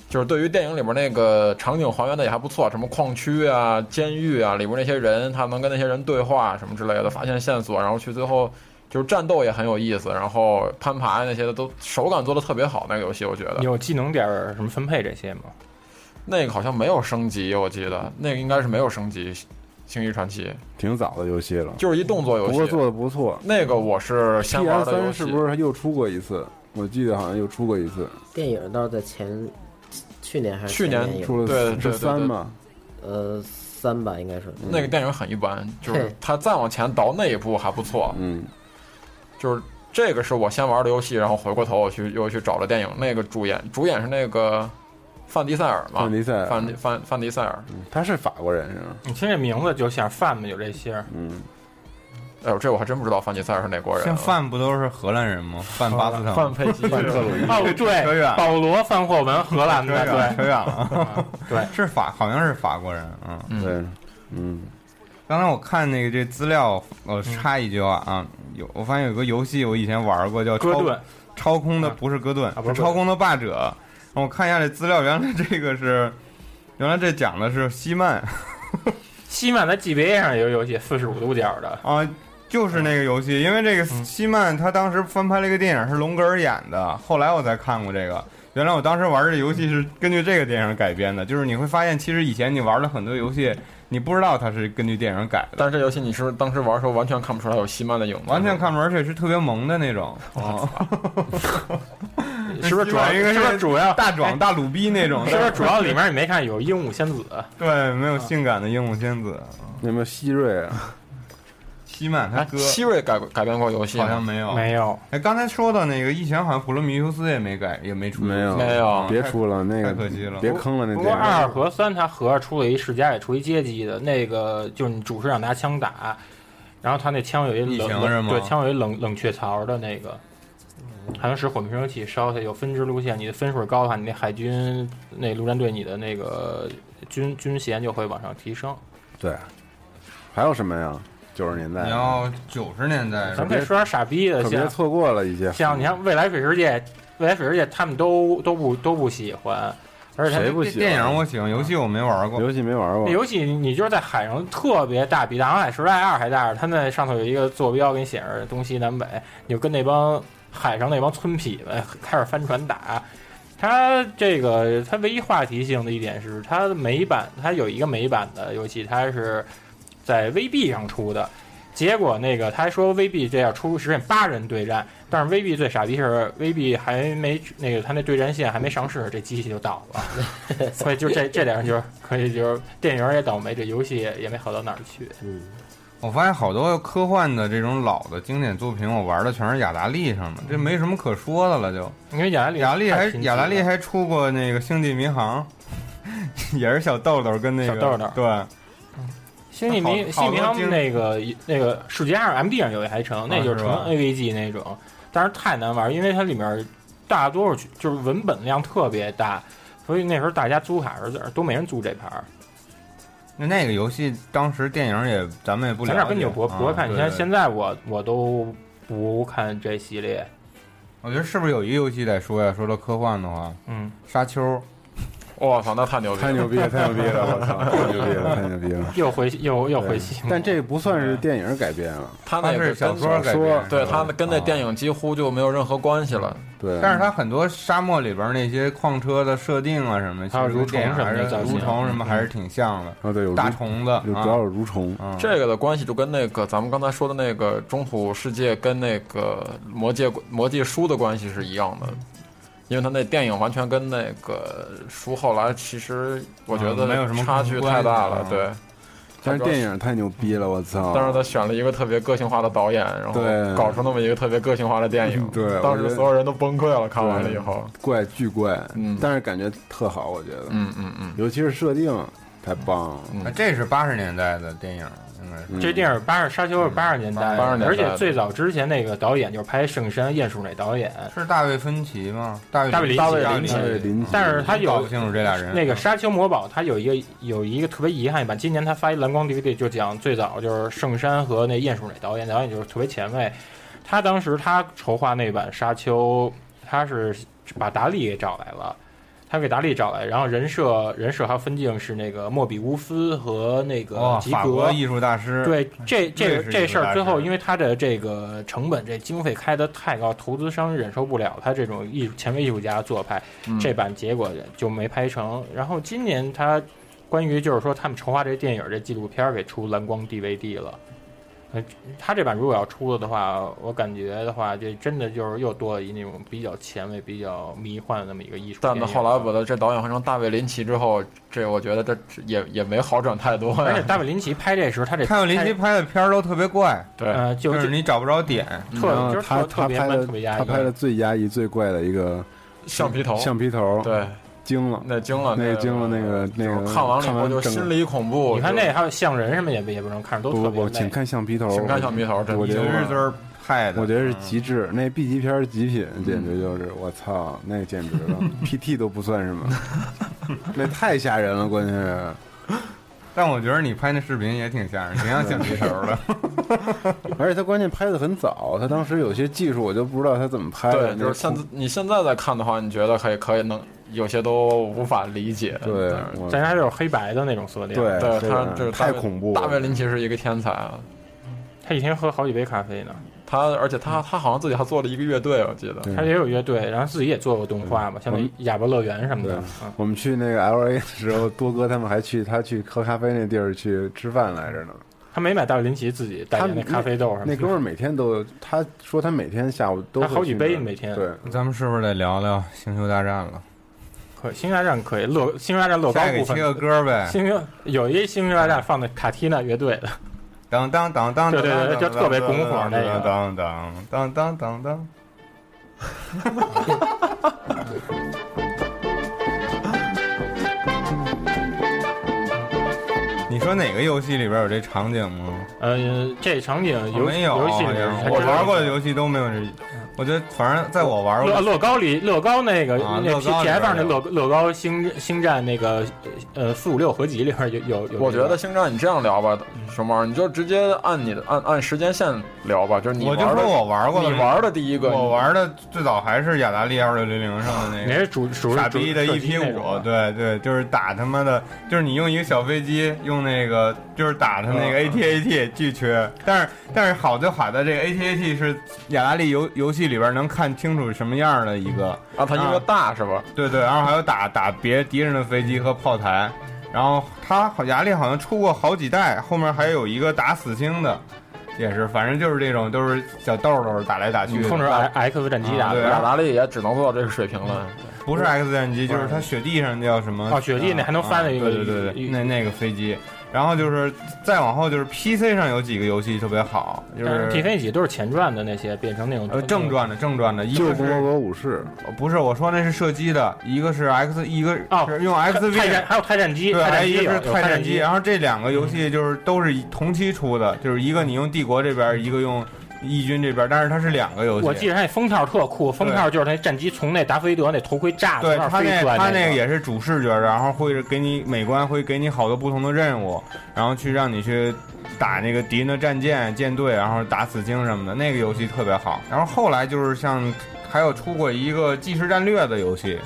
就是对于电影里边那个场景还原的也还不错，什么矿区啊、监狱啊里边那些人，他能跟那些人对话什么之类的，发现线索，然后去最后就是战斗也很有意思，然后攀爬那些的都手感做的特别好。那个游戏我觉得
有技能点儿什么分配这些吗？
那个好像没有升级，我记得那个应该是没有升级，《星际传奇
挺早的游戏了》，
就是一动作游
不过
戏。
做的不错。
那个我是先
P
玩
S
的游
三
戏
是，不是还又出过一次？我记得好像又出过一次，
电影倒是在前去年还是
去年
前有
出了
对对
是三嘛？
呃，三吧，应该是
那个电影很一
<laughs>
般，就是
嘿
它再往前倒那一步还不错。
嗯，
就是这个是我先玩的游戏，然后回过头我去又去找了电影。那个主演主演是那个范迪塞尔嘛？
范迪塞尔
范迪范范迪塞尔。
他是法国人是吗？
你听这名字就想范嘛，有这些。
嗯，
哎呦，这我还真不知道范迪塞尔是哪国人
像
啊。
范不都是荷兰人吗？范巴斯坦、
范佩西、
哦，
扯
对
远，了
保罗·范霍文，荷兰的，
扯远了扯
对
远， <laughs> 了，
对，
啊是法，好像是法国人，嗯，
对，嗯。
刚才我看那个这资料，我插一句啊，啊有我发现有个游戏我以前玩过叫《
哥
超
顿
超空的不是哥顿，
不
是
是
超空的霸者。然后我看一下这资料，原来这个是，原来这讲的是西曼
西曼在 GBA 上有一个游戏，四十五度角的，
啊，就是那个游戏，因为这个西曼他当时翻拍了一个电影是龙格尔演的，后来我才看过这个。原来我当时玩这游戏是根据这个电影改编的，就是你会发现，其实以前你玩了很多游戏，你不知道它是根据电影改的。
但是这游戏你是不是当时玩的时候完全看不出来有西曼的影子？
完全看不出来，而且是特别萌的那种。 <laughs> 哦，
是不是主要
应该
是不是主要
大壮大鲁逼那种？
是不是主要里面你没看有鹦鹉仙子？
对没有性感的鹦鹉仙子？
有没有希瑞啊？
西曼他
哎
哥
希哎瑞改改编过游戏吗啊
好像没有，
没有。
哎，刚才说的那个异形，好像普罗米修斯也没改，也没出，嗯
没有
没有
啊别出了那
太
个
可惜了
别坑了那
不
电
过
影。
二和三它合着出了一世家，也出一街机的，那个就是你主视角拿枪打，然后它那枪有一
异
冷
形是吗
对，枪有一冷冷却槽的那个，还能使火灭升器烧它，有分支路线，你的分数高的话，你那海军那陆战队你的那个军军衔就会往上提升。
对，还有什么呀？九十年代，
你要九十年代
咱们可以说点傻逼的，
可别
像
错过了一些。
像你看未来水世界，未来水世界他们都都不都不喜欢，而且它
谁不喜欢啊
电影我喜欢，游戏我没玩过。
游戏没玩过
那，游戏你就是在海上特别大，比《大航海时代二》还大。它那上头有一个坐标给你显示东西南北，你就跟那帮海上那帮村痞们开始帆船打。它这个它唯一话题性的一点是，它美版它有一个美版的游戏，它是在 VB 上出的。结果那个他还说 VB 这要出实现八人对战，但是 VB 最傻逼是 VB 还没那个他那对战线还没上市，这机器就倒了。 <laughs> 所以就这这点上就是可以就是电影也倒霉，这游戏也没好到哪儿去。
嗯，
我发现好多科幻的这种老的经典作品，我玩的全是雅达利上的，
嗯
这没什么可说的了就。
因为雅达利
雅达利还
太贫瘠了
雅达利还出过那个《星际迷航》， <laughs> 也是小豆豆跟那个
小豆豆
对，
星际迷
好
星际迷
好
航
多精啊
那个那个世界二 MD 上有一还成，那就是
是
纯
吧
AVG 那种，但是太难玩，因为它里面大多数就是文本量特别大，所以那时候大家租卡时候都没人租这盘儿。
那那个游戏当时电影也咱们也不了
咱
解，
俩跟你不不会看，
啊
你
对
看
对
现在我我都不看这系列。
我觉得是不是有一个游戏得说呀？说到科幻的话，
嗯，
沙丘，
我操，那太牛
逼
太牛逼了，太牛逼了！我操，太牛逼了，太牛逼了！
又回又又
回
戏，
但这不算是电影改编啊，
他那个
是
跟
小说嗯哦改编，
对他跟那电影几乎就没有任何关系了。
对
但是它很多沙漠里边那些矿车的设定啊什么，其
还有
实
蠕
跟电影
虫什么
还是
的造型
蠕虫什么
嗯
还是挺像的。
啊，对，有
大
蠕
虫子，
有
啊
主要有蠕虫，
这个的关系就跟那个咱们刚才说的那个中土世界跟那个魔界魔界书的关系是一样的，因为他那电影完全跟那个书后来其实我
啊
觉得
嗯没有什么
差距太大了
关，系
对。
但是电影太牛逼了，我操！
但是他选了一个特别个性化的导演，然后
对
搞出那么一个特别个性化的电影，
对
当
我觉
时
得
所有人都崩溃了，看完了以后，
对怪巨怪，
嗯，
但是感觉特好，我觉得，
嗯嗯嗯，
尤其是设定太棒了，
啊这是八十年代的电影，应该是
这电影八十沙丘是八十年代，
嗯80年代
而且最早之前那个导演就是拍《圣山鼹鼠》那导演，
是大卫芬奇吗？大卫
大卫林奇
大卫
嗯
大卫林
林
奇但是他有
搞不清楚这俩人。
那个《沙丘魔堡》，它有一个有一个特别遗憾一版，今年他发一蓝光 DVD，就讲最早就是圣山和那鼹鼠那导演，导演就是特别前卫。他当时他筹划那版《沙丘》，他是把达利给找来了，他给达利找来，然后人设人设还有分镜是那个莫比乌斯和那个
哦，
吉
法
格
国艺术大师。
对，这
瑞
这个
士
这
艺术
事
大
儿最
师
后，因为他的这个成本、这经费开的太高，投资商忍受不了他这种艺术前卫艺术家做派，
嗯
这版结果就没拍成。然后今年他关于就是说他们筹划这电影这纪录片儿给出蓝光 DVD 了。呃，他这版如果要出了的话，我感觉的话，这真的就是又多了一那种比较前卫、比较迷幻的那么一个艺术电
但
影。
是后来把他这导演换成大卫林奇之后，这我觉得这也也没好转太多
而且
哎
呀。
大卫林奇拍这时候，他这
看到林
拍
奇拍的片儿都特别怪，
对
嗯
呃就
就是是你找不着点，
特
然后
就是
嗯他
特特
他
别
拍
慢
的
特别压抑
他拍的最压抑、最怪的一个
橡皮头
橡皮头，
对，
惊了，
那惊了，
那
那
个惊了，那个那个
看完了以后就
整个
心里恐怖。
你看
就
那还有像人什么也不也不能看，都
不
特别
不不，
累。
请看橡皮头，
请看橡皮头真的
我觉
一
得
个字儿
害的嗯
我觉得是极致，那 B 级片儿极品，简直就是我操，那简直了，PT 都不算什么，那太吓人了，关键是。
但我觉得你拍那视频也挺吓人，挺像橡皮头的。
而且他关键拍的很早，他当时有些技术我就不知道他怎么拍的，
对，就是现在你现在再看的话，你觉得可以可以能有些都无法理解。
对我
咱家就是黑白的那种色调，
对
对
这
他
个
就是
太
大卫
恐怖了
大卫林奇是一个天才啊，
他一天喝好几杯咖啡呢。
他而且他他好像自己还做了一个乐队，我记得。
嗯
他也有乐队，然后自己也做过动画嘛，像那哑巴乐园什么的。嗯
我们去那个 L A 的时候，多哥他们还去他去喝咖啡那地儿去吃饭来着呢。
他没买大卫林奇自己代
他
言那咖啡豆什么的。
那哥们儿每天都，他说他每天下午都会
他好几
去那儿
杯每天
对，
咱们是不是得聊聊《星球大战》了？
可星球大战可以乐，星球大战乐高
下一个
部分
切个歌呗
星球有一星球大战放的卡蒂娜乐队的，
当当当当，
对对对，就特别拱火那个。
当当当当当当。 <laughs> 你说哪个游戏里边有这场景吗？
呃，这场景
我
游
哦没有，
游戏里
好
面
像
还
我
真有
玩过的游戏都没有这。我觉得反正在我玩过
乐
的
乐高里乐高那个、
啊
那
乐
P
高
P
里
F
边
那
有
乐乐高星星战那个呃四五六合集里边有有有。
我觉得星战你这样聊吧，熊猫，你就直接按你的按按时间线聊吧，就是你
我就
玩的
说我玩过的，
你玩的第一个，
我玩的最早还是雅达利二六零零上的那个，
你是主主
傻逼的
主
一批
主机那种
五
啊，
对对，就是打他妈的，就是你用一个小飞机，用那个就是打他那个
嗯
ATAT 巨缺，但是但是好就好在这个 ATAT 是雅达利游游戏里边能看清楚什么样的一个
啊，它因为大是吧？
对对，然后还有打打别敌人的飞机和炮台，然后他好雅力好像出过好几代，后面还有一个打死星的，也是，反正就是这种都是小豆豆打来打去
你
的，
嗯控制 X 战机
啊嗯
打
对
的。
雅达利也只能做到这个水平了。
不是 X 战机，就是它雪地上叫什么？
哦雪地那还能翻的一个
啊对对对
一
对，那那个飞机。然后就是再往后就是 PC 上有几个游戏特别好，就
但
是
是 T V 几都是前传的那些，变成那种
呃正传的正传的，一
旧
个
共
是呃
和国武士，
不是我说那是射击的，一个是 X 一个
哦，
是用 XV
泰战还有泰战机，
对，
泰
还
战
有
机
一个
有
是
有
泰
战
战机，然后这两个游
嗯
戏就是都是同期出的，就是一个你用帝国这边，一个用义军这边，但是它是两个游戏。
我记得他那风套特酷，风套就是那战机从那达斯维德那头盔炸
对
从那儿
他
飞
那
出来
他
那
那个也是主视觉的，然后会给你美观，会给你好多不同的任务，然后去让你去打那个敌人的战舰、舰队，然后打死鲸什么的。那个游戏特别好。然后后来就是像还有出过一个即时战略的游戏，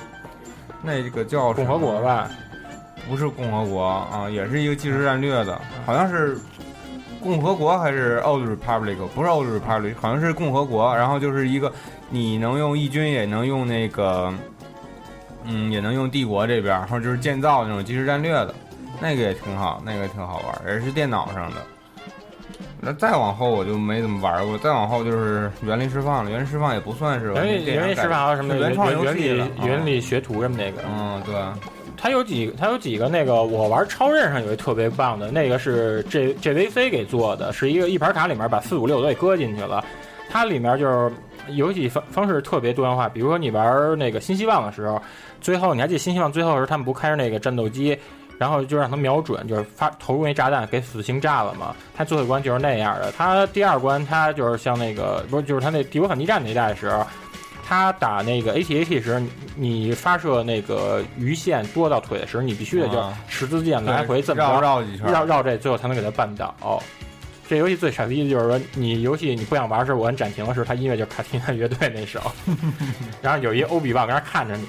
那个叫共和国
吧？
不是共和国啊，也是一个即时战略的，好像是共和国还是 Old Republic，不是 Old Republic，好像是共和国。然后就是一个你能用义军，也能用那个，嗯，也能用帝国这边，然后就是建造那种即时战略的，那个也挺好，那个也挺好玩，也是电脑上的。那再往后我就没怎么玩过，再往后就是《原力释放》了，《原力释放》也不算是
原理
电影
原理
改
释放还有什么
是原创游
原
戏
理
了啊
原理学徒什么那个？
嗯，对。
它有几它有几个那个我玩超任上有一特别棒的，那个是 J JVC 给做的，是一个一盘卡里面把四五六都给搁进去了。它里面就是游戏方方式特别多样化，比如说你玩那个新希望的时候，最后你还记得新希望最后的时候他们不开着那个战斗机，然后就让他瞄准，就是发投入那炸弹给死刑炸了嘛。他最后一关就是那样的。他第二关他就是像那个不是就是他那帝国反击战那一代的时候，他打那个 ATAT 时，你你发射那个鱼线多到腿的时候，你必须得就
啊
十字箭来回这么
绕
着
绕几圈
绕绕这，最后才能给他绊倒。这游戏最傻逼的就是说，你游戏你不想玩的时候，我按暂停的时候，它音乐就是卡提娜乐队那首，然后有一欧比旺跟那看着你。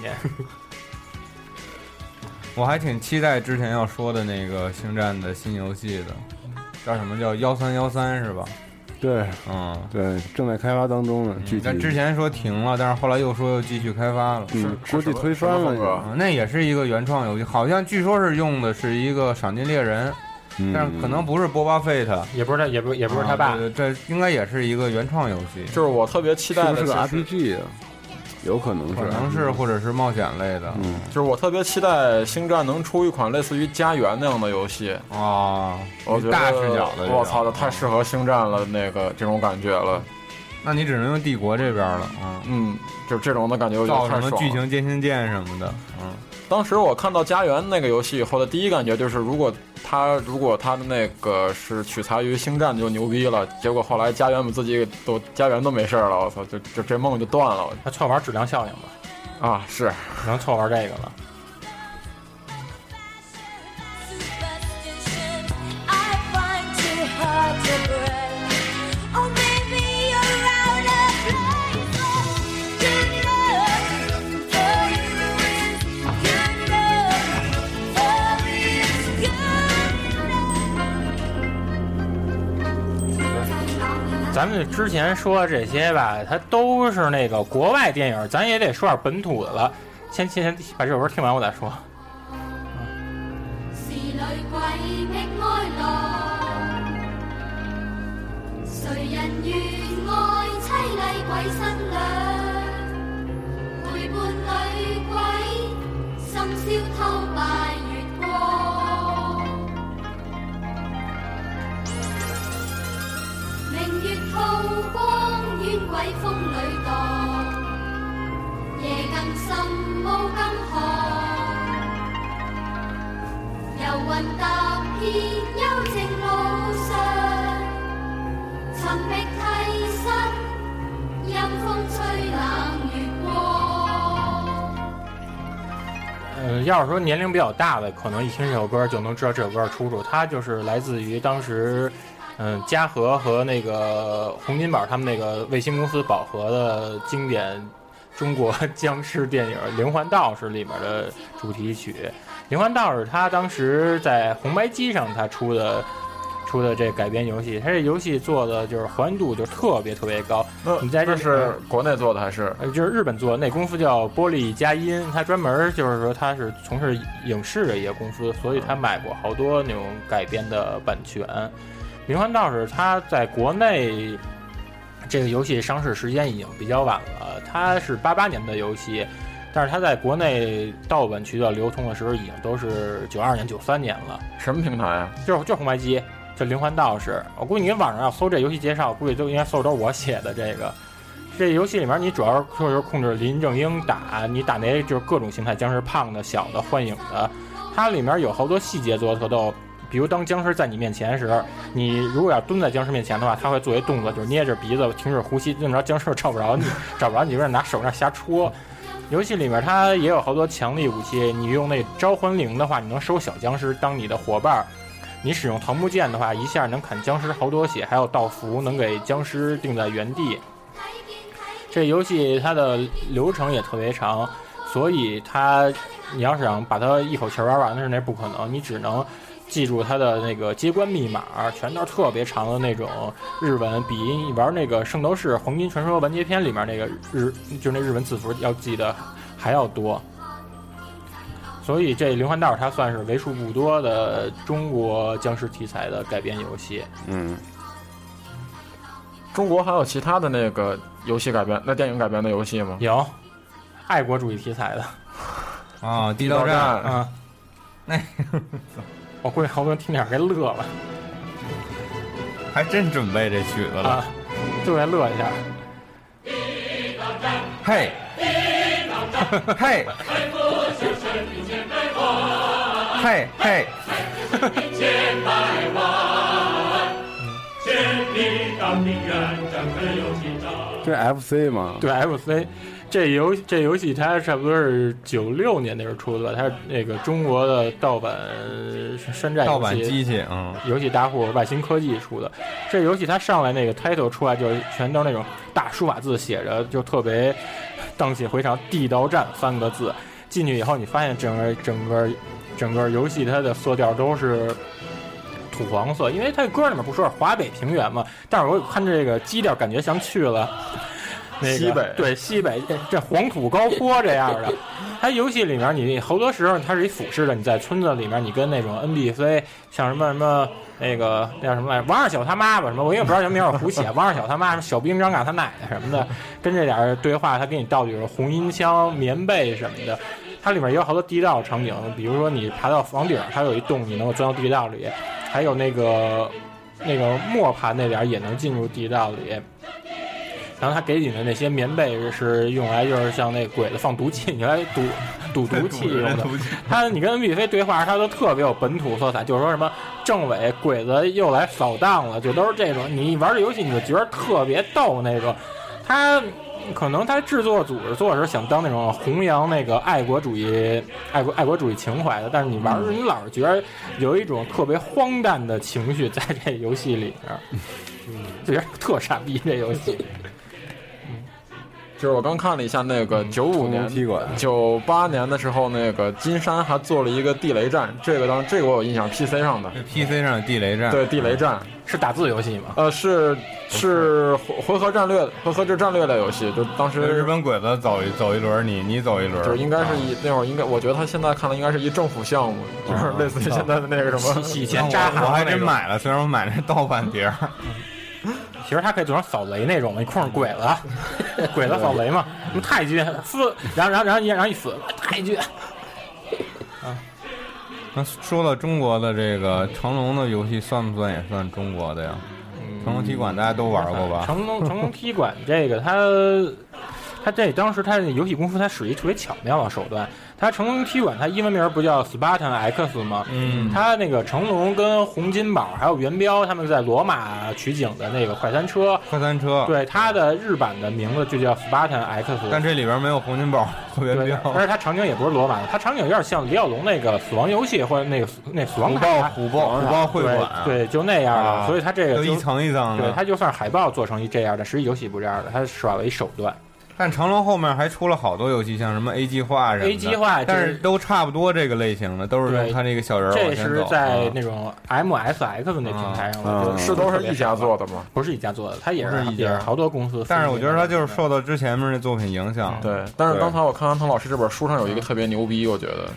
我还挺期待之前要说的那个星战的新游戏的，叫什么叫幺三幺三是吧？
对，
嗯，
对，正在开发当中呢。具体
但之前说停了，但是后来又说又继续开发了，
嗯是估计推翻了什么风格
嗯那也是一个原创游戏，好像据说是用的是一个闪电猎人，
嗯
但是可能不是波巴费特，
也不是他，也嗯不也
不
是他爸
这应该也是一个原创游戏。
就是我特别期待的
是不是个
其实
RPG 啊，有可能是，
可能是或者是冒险类的，
嗯，
就是我特别期待《星战》能出一款类似于《家园》那样的游戏
啊！
我觉得
大视角的这种
我操，这太适合《星战》了，那个这种感觉了。
那你只能用帝国这边了，嗯
嗯，就这种的感觉，我觉
造
得
什
太
么
爽
剧情
了。
歼心舰什么的，嗯，
当时我看到《家园》那个游戏以后的第一感觉就是，如果他如果他的那个是取材于《星战》，就牛逼了。结果后来《家园》我们自己都《家园》都没事儿了，我操，就就这梦就断了。那错玩质量效应吧。啊，是能错玩这个了。
I find too hard to break. Oh, baby, you're out of place. Good luck for you is good luck. For me is good luck.
咱们之前说这些吧，它都是那个国外电影，咱也得说点本土的了。先先先把这首歌听完，我再说。
是女鬼的哀乐。谁人愿爱凄厉鬼新娘？陪伴女鬼，深宵偷拜月光。明月透光，冤鬼风里荡，夜更深，雾更寒。游魂踏遍幽静路上，寻觅替身，阴风吹冷月光。
呃，
要是说年龄比较大的，可能一听这首歌就能知道这首歌的出处。它就是来自于当时，嗯，嘉禾和那个洪金宝他们那个卫星公司宝和的经典中国 <laughs> 僵尸电影《灵幻道士》里面的主题曲。《灵幻道士》他当时在红白机上他出的出的这改编游戏，他这游戏做的就是还原度就特别特别高。你在这是
国内做的还是？
呃，就是日本做的那公司叫玻璃佳音，它专门儿就是说它是从事影视的一个公司，所以它买过好多那种改编的版权。《灵幻道士》它在国内这个游戏上市时间已经比较晚了，它是八八年的游戏，但是它在国内盗版渠道流通的时候已经都是九二年、九三年了。
什么平台啊？
就是就是红白机，就灵幻道士。我估计你网上要搜这游戏介绍，估计都应该搜的都是我写的这个。这游戏里面你主要就是控制林正英打，你打那就是各种形态僵尸，胖的、小的、幻影的。它里面有好多细节做的特逗，比如当僵尸在你面前时，你如果要蹲在僵尸面前的话，它会做一动作，就是捏着鼻子停止呼吸，这么着僵尸找不着你， <laughs> 找不着你，有点拿手那瞎戳。游戏里面它也有好多强力武器，你用那招魂铃的话，你能收小僵尸当你的伙伴儿。你使用桃木剑的话，一下能砍僵尸好多血，还有道符能给僵尸定在原地。这游戏它的流程也特别长，所以它你要是想把它一口气儿玩完，那是那不可能，你只能。记住它的那个接关密码，全都是特别长的那种日文鼻音。你玩那个《圣斗士黄金传说完结篇》里面那个日，就是那日文字符要记得还要多。所以这《灵幻道》它算是为数不多的中国僵尸题材的改编游戏。
嗯，
中国还有其他的那个游戏改编、那电影改编的游戏吗？
有，爱国主义题材的
啊，《地
道
战》
啊，
那个。
<laughs> 我估计好多人听点该乐了，
还真准备这曲子了，
啊、就该乐一下。
<laughs> 嘿，嘿，嘿嘿，
这 FC 嘛，
对 FC，这游这游戏它差不多是九六年那时候出的吧，它是那个中国的盗版呃山寨游戏
盗版机器嗯
游戏大户外星科技出的。这游戏它上来那个 title 出来就全都是那种大书法字写着，就特别荡气回肠“地道战”三个字。进去以后，你发现整个整个整个游戏它的色调都是土黄色，因为它歌里面不说是华北平原嘛，但是我看这个基调，感觉像去了。那个、
西北
对西北这这黄土高坡这样 <laughs> 的，它哎游戏里面你好多时候它是一俯视的，你在村子里面你跟那种 NBC 像什么什么那个那叫什么来着，王二小他妈吧什么，我也不知道什么名儿，我胡写。王二小他妈，什么小兵张嘎他奶奶什么的，跟这点儿对话，他给你道理是红缨枪、棉被什么的。它里面也有好多地道场景，比如说你爬到房顶儿，它有一洞，你能够钻到地道里，还有那个那个磨盘那点儿也能进入地道里。然后他给你的那些棉被是用来就是像那鬼子放毒气，你来赌赌毒气用的。他你跟毕飞对话，他都特别有本土色彩，就是说什么政委鬼子又来扫荡了，就都是这种。你玩这游戏你就觉得特别逗那种。他可能他制作组织做的时候想当那种弘扬那个爱国主义、爱国爱国主义情怀的，但是你玩的时候你老是觉得有一种特别荒诞的情绪在这游戏里面，就觉得特傻逼这游戏。
就是我刚看了一下那个
嗯
九五年
踢馆、
九八年的时候，那个金山还做了一个地雷战，这个当这个我有印象，PC 上的
PC 上的地雷战，嗯
对地雷战
是打字游戏吗？
呃，是是回回合战略、回合制战略类游戏，就当时
日本鬼子走一走一轮，你你走一轮，
就是应该是一那会儿应该，我觉得他现在看来应该是一政府项目， <laughs> 就是类似于现在的那个什么
洗钱扎
我还真买了，虽然我买的是盗版碟儿。
其实它可以做成扫雷那种嘛，你控制鬼子，鬼子扫雷嘛，什么太君死，然后然后然后一然后一死，太君。
那说到中国的这个成龙的游戏，算不算也算中国的呀？
嗯
成龙踢馆大家都玩过吧？
成龙成龙踢馆这个，他他这当时他那游戏公司他使一特别巧妙的手段，他成龙踢馆他英文名不叫 Spartan X 吗？
嗯，
他那个成龙跟洪金宝还有元彪他们在罗马取景的那个快餐车，
快餐车，
对他的日版的名字就叫 Spartan X，
但这里边没有洪金宝和元
对
彪，，
但是它场景也不是罗马的，它场景有点像李小龙那个《死亡游戏》或者那个死那死亡
虎
卡
豹虎豹虎豹会馆，
啊对，对，就那样的，
啊
所以它这个
就一层一层的
对，它就算是海报做成一这样的，实际游戏不这样的，它耍了一手段。
但成龙后面还出了好多游戏，像什么 A 计划什么的
A 计划
但
就是
都差不多这个类型的，都是
对
用他这个小人儿
这
往前
是
走
在
啊
那种 MSX 的那平台上，
嗯
我觉得
是都是一家做的吗？
不是一家做的，它也
不是一
也
家
是好多公司分的。嗯
但是我觉得他就是受到之前面那作品影响。
对，但是刚才我看安藤老师这本书上有一个特别牛逼，我觉得，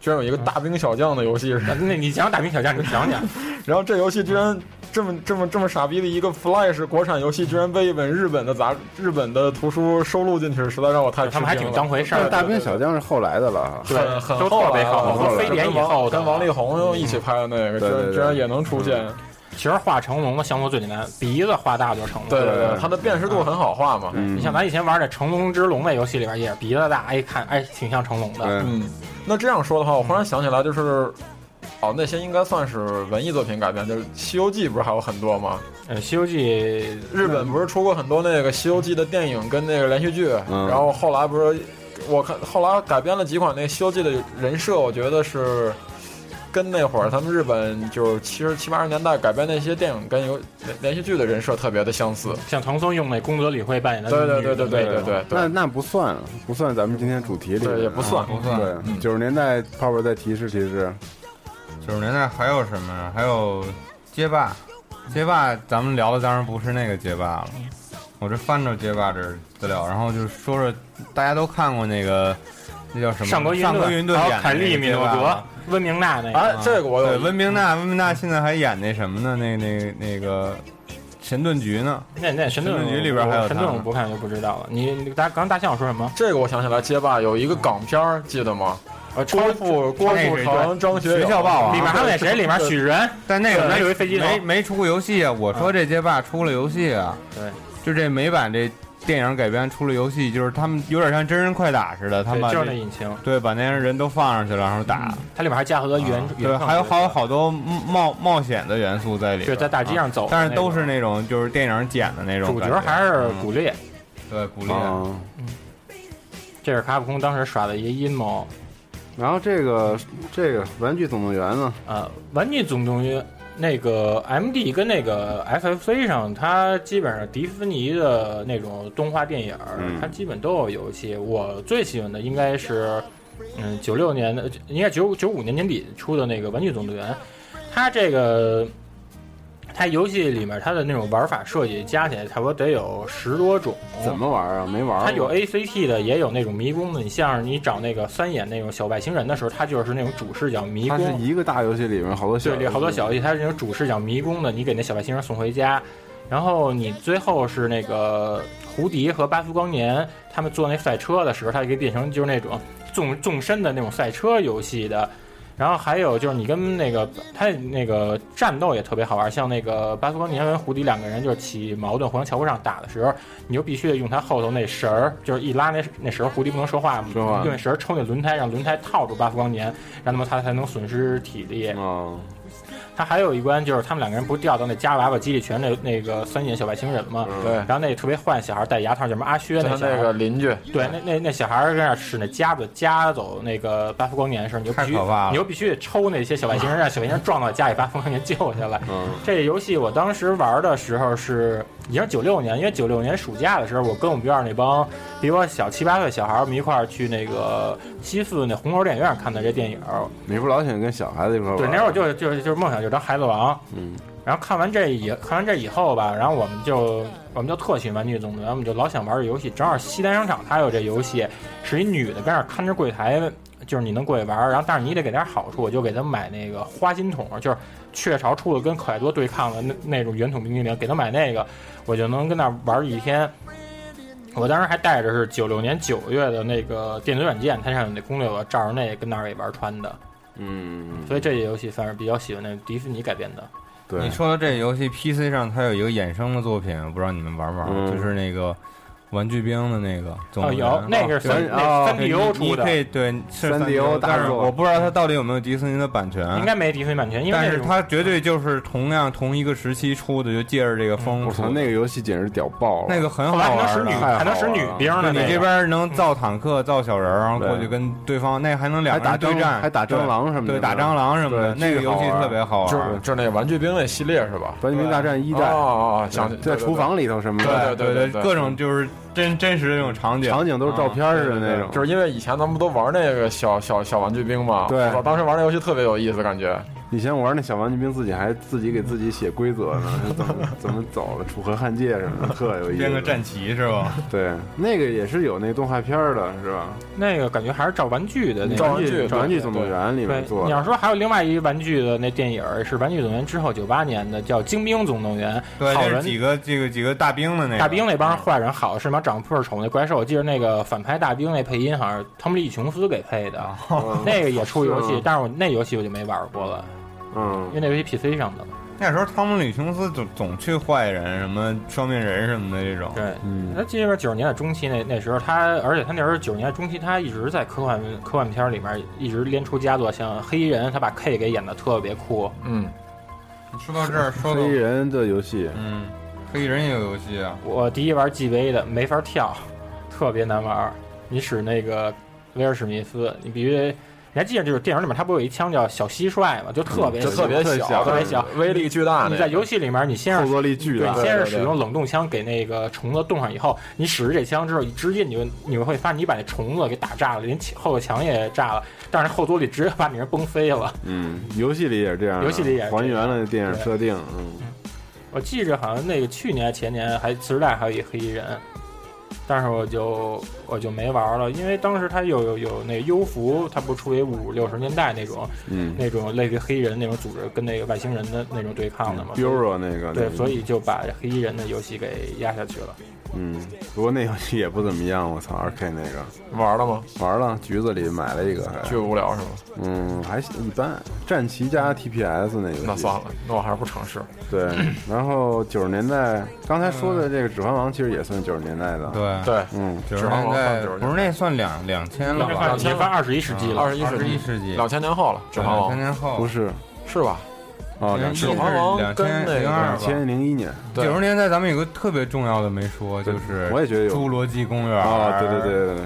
居然有一
嗯
个大兵小将的游戏。
<laughs> 那你讲大兵小将，你讲讲。
<laughs> 然后这游戏居然这么这么这么傻逼的一个 Flash 国产游戏，居然被一本日本的杂日本的图书收录进去，实在让我太
他们还
吃惊
挺
了
当回事儿的
对
<laughs>
大兵小将是后来的了，
对，很
都特别好
后来了
都非典以后的嗯
跟王力宏又一起拍的那个，居
对对
然
对
居然也能出现。
其实画成龙的项目最简单，鼻子画大就成龙。
对对对，它的辨识度很好画嘛。
嗯
你像咱以前玩的《成龙之龙》那游戏里边，也是鼻子大，哎，看哎，挺像成龙的。
嗯，那这样说的话，我忽然想起来，就是哦，那些应该算是文艺作品改编，就是《西游记》不是还有很多吗？
呃，《西游记》
日本不是出过很多那个《西游记》的电影跟那个连续剧，
嗯
然后后来不是我看后来改编了几款那个《西游记》的人设，我觉得是跟那会儿他们日本就是七十七八十年代改编那些电影跟游连续剧的人设特别的相似，
像唐僧用那宫泽理惠扮演的
对对
女
对对对对对
那那不算，不算咱们今天主题里的，
对也不算
啊
不算
对，九十年代泡泡再提示提示，
九十年代还有什么呀？还有街霸，街霸咱们聊的当然不是那个街霸了。我这翻着街霸这资料，然后就说说大家都看过那个，那叫什么？
上
上
国
上国
云
顿演
还
的
有
那个
凯利
街
米诺
霸
德
吧、
温明娜那个
哎
嗯
啊对温明娜，温明娜现在还演那什么呢？那那那个神盾局呢？
那那神盾
局里边还有
神
他
盾
呢
我不看就不知道了。你你大刚大象说什么？
这个我想起来，街霸有一个港片儿，记得吗？
呃，
郭富啊郭富城、张学友啊
学啊校霸王
啊
对
<laughs>
对
但那个
对
没
有一飞机头
没没出过游戏啊！我说这街霸出了游戏啊，
嗯对，
就这美版这电影改编出了游戏，就是他们有点像真人快打似的，他们把
就是
这
那引擎
对，把那些人都放上去了，然后打。
它里面还加了原原
啊对，
创
还有
的
还有好多冒冒险的元素在里边，
是在大街上走
啊但是
的那
都是那种就是电影剪的那种
主
感
角
觉。
还是
嗯
古烈，
对古啊烈
哦
嗯，这是卡普空当时耍的一个阴谋。
然后这个这个《玩具总动员》呢？
啊，《玩具总动员》那个 MD 跟那个 FFC 上，它基本上迪士尼的那种动画电影儿，
嗯
它基本都有游戏。我最喜欢的应该是，嗯，九六年的，应该九九五年年底出的那个《玩具总动员》，它这个。它游戏里面它的那种玩法设计加起来差不多得有十多种，
怎么玩啊？没玩过。
它有 ACT 的，也有那种迷宫的。你像是你找那个三眼那种小外星人的时候，它就是那种主视角迷
它
宫。
是一个大游戏里面好多小嗯
对，
游戏，
里好多小游戏，它是那种主视角迷宫的，你给那小外星人送回家，然后你最后是那个胡迪和巴斯光年他们坐那赛车的时候，它就给变成就是那种纵纵深的那种赛车游戏的。然后还有就是你跟那个他那个战斗也特别好玩，像那个巴斯光年跟胡迪两个人就是起矛盾，互相瞧不上，打的时候你就必须得用他后头那绳儿，就是一拉那那绳儿，胡迪不能说话嘛，
说话
用那绳儿抽那轮胎，让轮胎套住巴斯光年，让他们他才能损失体力。
哦
他还有一关就是他们两个人不是掉到那夹娃娃机里全那那个三眼小外星人嘛，
嗯
对
然后那特别坏小孩戴牙套叫什么阿薛
他
那小孩
那个邻居，
对，那那那小孩儿跟那使那夹子夹走那个巴夫光年的时候，你就必须
太可怕了
你就必须得抽那些小外星人，让小外星人撞到家里，巴夫光年救下来。
嗯
这游戏我当时玩的时候是已经是九六年，因为九六年暑假的时候，我跟我们院儿那帮比我小七八岁小孩儿，我们一块儿去那个西四那红楼电影院看的这电影儿。
你不老想跟小孩子一块玩？
对，那会儿就就就是梦想就当孩子王，
嗯，
然后看完这以看完这以后吧，然后我们就我们就特喜欢《玩具总动员》，我们就老想玩这游戏。正好西单商场它有这游戏，是一女的跟那儿看着柜台，就是你能过去玩儿，然后但是你得给点好处，我就给她买那个花金桶，就是雀巢出的跟可爱多对抗的那那种圆筒冰激凌，给她买那个，我就能跟那儿玩儿一天。我当时还带着是九六年九月的那个电子软件，它上有那攻略，我照着那跟那儿给玩儿穿的。
嗯，
所以这些游戏算是比较喜欢那迪士尼改编的。
你说的这游戏 PC 上它有一个衍生的作品，我不知道你们玩不玩，
嗯
就是那个玩具兵的那个总动员、
哦有那个是三那是
对
3DO
你
出的
你可以对是
3DO 大作
但是我不知道它到底有没有迪士尼的版权，
应该没迪士尼版权，因为
啊但
那
是
种
它绝对就是同样同一个时期出的，就借着这个风
我
出
操，
的。
嗯那个游戏简直屌爆了！
那个很好
玩
玩
儿
的，
的，
太好玩儿了
对
对你这边能造坦克、造小人儿，然后
对
过去跟对方，那还能俩人
还打
对
蟑
战，
还打蟑螂什么的
对，打蟑螂什么的，
对
那个游戏
巨好玩儿
特别好玩
就是
儿。
就是那个玩具兵那系列是吧？
玩具兵大战一代
哦哦哦，想起
在厨房里头什么的，
对对
对
对对，
各种就是真真实的那种场景，
场景都是照片
哦
似的那
啊
种。
就是因为以前咱们都玩那个小小小玩具兵嘛，
对
我操当时玩那游戏特别有意思，感觉。
以前我玩那小玩具兵，自己还自己给自己写规则呢，是怎么怎么走了，楚河汉界什么的，特有意思。
编个战旗是吧？
对，那个也是有那动画片儿的，是吧？
那个感觉还是照玩具的那
照
种
玩具，
对
照玩具总动员里面
对，
做
你要
的。
说还有另外一玩具的那电影儿是《玩具总动员》之后九八年的，叫《精兵总动员》，
<laughs> 对，
好
这
人
是几个这个几个大兵的那个嗯
大兵那帮坏人好是吗？长破丑那怪兽，我记得那个反派大兵那配音好像是汤姆利·琼斯给配的，
哦
那个也出
哦
游
是
戏
吗，
但是我那游戏我就没玩过了，
嗯，
因为那游戏 PC 上的。
那时候汤姆·李琼斯总总去坏人，什么双面人什么的这种。
对，那基本上九十年代中期那那时候他，而且他那时候九十年代中期，他一直在科幻科幻片里面一直连出佳作，像黑衣人，他把 K 给演的特别酷。
嗯，
说到这儿，说到
黑衣人的游戏，
嗯，黑衣人也有游戏啊。
我第一玩 GV 的没法跳，特别难玩儿。你使那个威尔史密斯，你必须你还记得就是电影里面他不有一枪叫小蟋蟀嘛，就特
嗯
别
就特别
小，
小
特别小，
威力巨大那个
你在游戏里面，你先是
后坐力巨大
对，你先
对
是
对对
使用冷冻枪给那个虫子冻上以后，你使着这枪之后，你直接你就你会发现你把那虫子给打炸了，连起后头墙也炸了，但是后坐力直接把你人崩飞了。
嗯，游戏里也是这样的，
游戏里也是这样
还原了电影设定，嗯，
我记着好像那个去年前年还磁带还有一黑衣人，但是我就我就没玩了，因为当时它有有有那优服，它不是出于五六十年代那种，
嗯
那种类似于黑衣人那种组织跟那个外星人的那种对抗的嘛。
嗯
所以
Bureau 那个那
对，
个
所以就把黑衣人的游戏给压下去了。
嗯，不过那游戏也不怎么样，我操，二 K 那个
玩了吗？
玩了，橘子里买了一个，
巨无聊是吗？
嗯，还行一般。战旗加 TPS 那游戏，
那算了，那我还是不尝试。
对，然后九十年代，刚才说的这个《指环王》其实也算九十年代的，
对
对
嗯，
九十年代不是那算两两千了吧？
二十一
二
世
十
纪，
一世纪，
两千年后了，指环王，
两千年后
不是
是吧？
哦，
两
指
千
环王跟那个
嗯二
零一年，
对
九十年代咱们有个特别重要的没说，就是
我也觉得有
侏罗纪公园
啊对对对对对。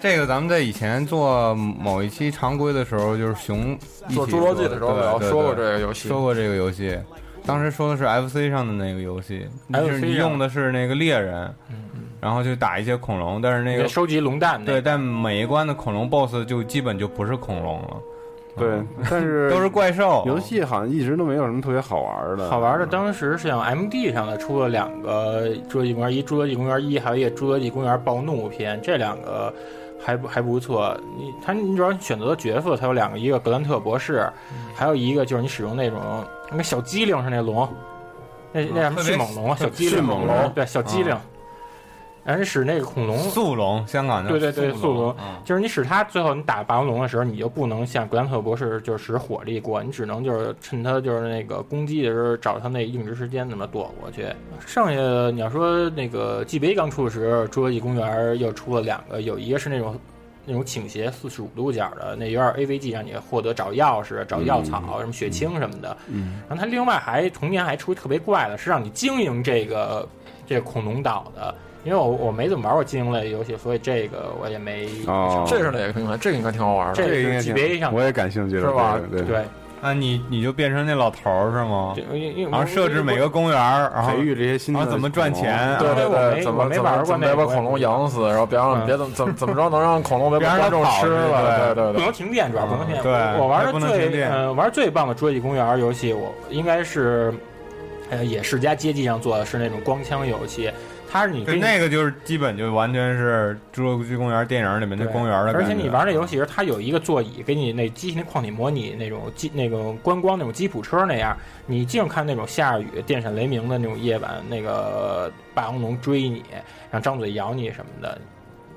这个咱们在以前做某一期常规的时候，就是熊一起
做侏罗纪的时候
对
然后
对
说过
对
这个游戏
说过这个游戏。当时说的是 FC 上的那个游戏，就
FC
啊
是你
上
用的是那个猎人，
嗯
然后就打一些恐龙，但是那
你
个
得收集龙蛋那个
对，但每一关的恐龙 BOSS 就基本就不是恐龙了，
对，但是
都是怪兽。
游戏好像一直都没有什么特别好玩的，
好玩的当时是像 M D 上的出了两个《侏罗纪公园一》《侏罗纪公园一》，还有一个《侏罗纪公园暴怒篇》，这两个还不还不错。你它你主要选择的角色，它有两个，一个格兰特博士，
嗯
还有一个就是你使用那种那个小机灵是那龙，那那叫什么
特别
迅猛龙啊，小机
迅
灵
猛龙
龙，对，小机灵
啊。
然后你使那个恐龙
速龙，香港的
对对对，
速
速
龙
龙，
嗯
就是你使它最后你打霸王龙的时候，你就不能像格兰特博士就是使火力过，你只能就是趁它就是那个攻击的时候找它那应急时间怎么躲过去。剩下的你要说那个 GBA 刚出的时候，《侏罗纪公园》又出了两个，有一个是那种。那种倾斜四十五度角的，那有点 AVG，让你获得找钥匙、找药草、什么血清什么的。
嗯，
然后它另外还同年还出一特别怪的，是让你经营这个这个恐龙岛的。因为我我没怎么玩过经营类游戏，所以这个我也没。
哦
这是哪个平台？这个应该挺好玩的，
这个是 GBA 上的
我也感兴趣了，
是吧
对对
对，
那啊你你就变成那老头儿是吗？
因为
然后嗯设置每个公园儿，然后
培育这些新的哦
然后怎么赚钱？啊
对对
我没
对，怎么
我没
怎么
玩过
怎么
那
别
个嗯
把恐龙养死，然后别让别怎么怎么怎么着能让恐龙
<laughs>
别
别让
把
它
观众
跑
吃
出去
了，对对对，
不能停电，主要不能停电。
对
我我玩
还不
的
能停
最
电
呃玩得最棒的《侏罗纪公园》游戏，我应该是呃也是家街机上做的是那种光枪游戏，它是你
对
跟
那个就是基本就完全是《侏罗纪公园》电影里面那
对
公园的感
而
觉。啊
且你玩那游戏时，它有一个座椅，给你那机器那矿体模拟那种机那种观光那种吉普车那样，你净看那种下着雨、电闪雷鸣的那种夜晚，那个霸王龙追你，然后张嘴咬你什么的，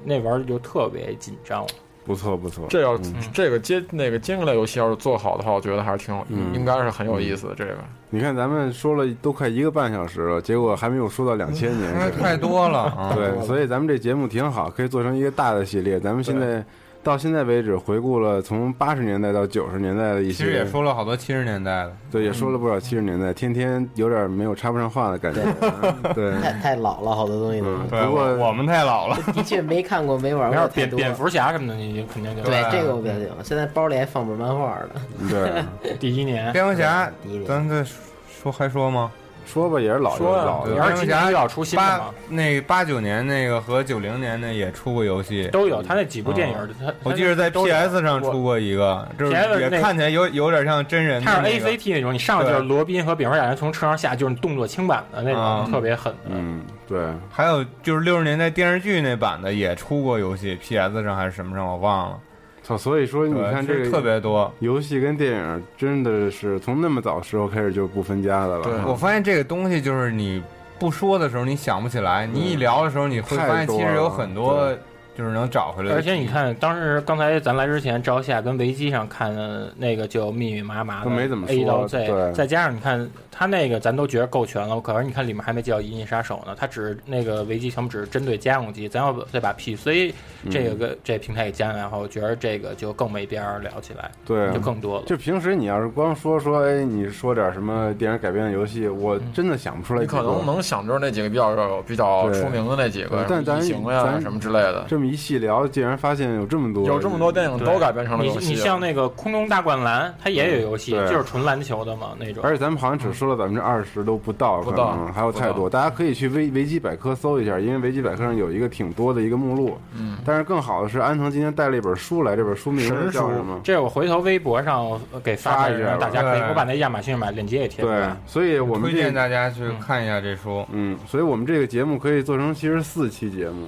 那玩儿就特别紧张。
不错不错，
这要
嗯
这个接那个经营类游戏要是做好的话，我觉得还是挺有，
嗯
应该是很有意思的。这个
你看咱们说了都快一个半小时了，结果还没有说到两千
嗯
年，
那
是吧
太多了。啊
对，所以咱们这节目挺好，可以做成一个大的系列。咱们现在到现在为止回顾了从八十年代到九十年代的一
以
些，
其实也说了好多七十年代的，
对，
嗯
也说了不少七十年代，天天有点没有插不上话的感觉。啊对，
太太老了，好多东西都。
对不过
我们太老了，
的确没看过，没玩过
要是
太
蝙
多。
蝙蝠侠什么的，你就肯定就
对这个我不了解，现在包里还放本漫画呢。
对，
第一年
蝙蝠侠
第一，年
咱再说还说吗？
说吧，也是老
说
老
对
的，
蝙蝠侠
啊要出新的
八
嘛
那八九年那个和九零年那也出过游戏，
都有他那几部电影
嗯
他他
我记得在
都有
PS 上出过一个，就是也
PS 那
看起来有有点像真人的
它
那
是
个。
ACT 那种，你上来就是
对
罗宾和蝙蝠侠从车上下，就是动作轻版的那
啊
种，特别狠的。
嗯，对，
还有就是六十年代电视剧那版的也出过游戏，PS 上还是什么上我忘了。
操，所以说你
对
看
是
这个
特别多，
游戏跟电影真的是从那么早时候开始就不分家的了。
我发现这个东西就是你不说的时候你想不起来，你一聊的时候你会发
嗯太
现
多
其实有
了
很多就是能找回来的。
而且你看，当时刚才咱来之前，朝下跟维基上看那个就密密麻麻的，
都没怎么说
A 到
对
Z，再加上你看他那个，咱都觉得够全了。可是你看里面还没介绍《银翼杀手》呢，他只那个维基全部只是针对家用机，咱要不再把 PC 这
嗯
个、这平台给加进来的话，我觉得这个就更没边儿聊起来，
对，
就更多了。
就平时你要是光说说，哎，你说点什么电影改编的游戏，我
嗯
真的想不出来
你
几个。
可能能想就是那几个比较比较
对
出名的那几个
对，但咱
异形呀
咱
什么之类的。
这么一一细聊，竟然发现有这么多，
有这么多电影都改编成了
你
游戏。
你像那个空中大灌篮，它也有游戏，
嗯对
就是纯篮球的嘛那种。
而且咱们好像只说了百分之二十都不到，
嗯不
可
到
能还有
不
太
到
多。大家可以去维维基百科搜一下，因为维基百科上有一个挺多的一个目录。
嗯
但是更好的是，安藤今天带了一本书来，这本书名字叫什么？
这我回头微博上我给发
发
给
一下吧
大家可以
对，
我把那亚马逊买链接也贴出
对
来。，
所以我们
推荐
大
家去看一下这书。
嗯，所以我们这个节目可以做成其实四期节目。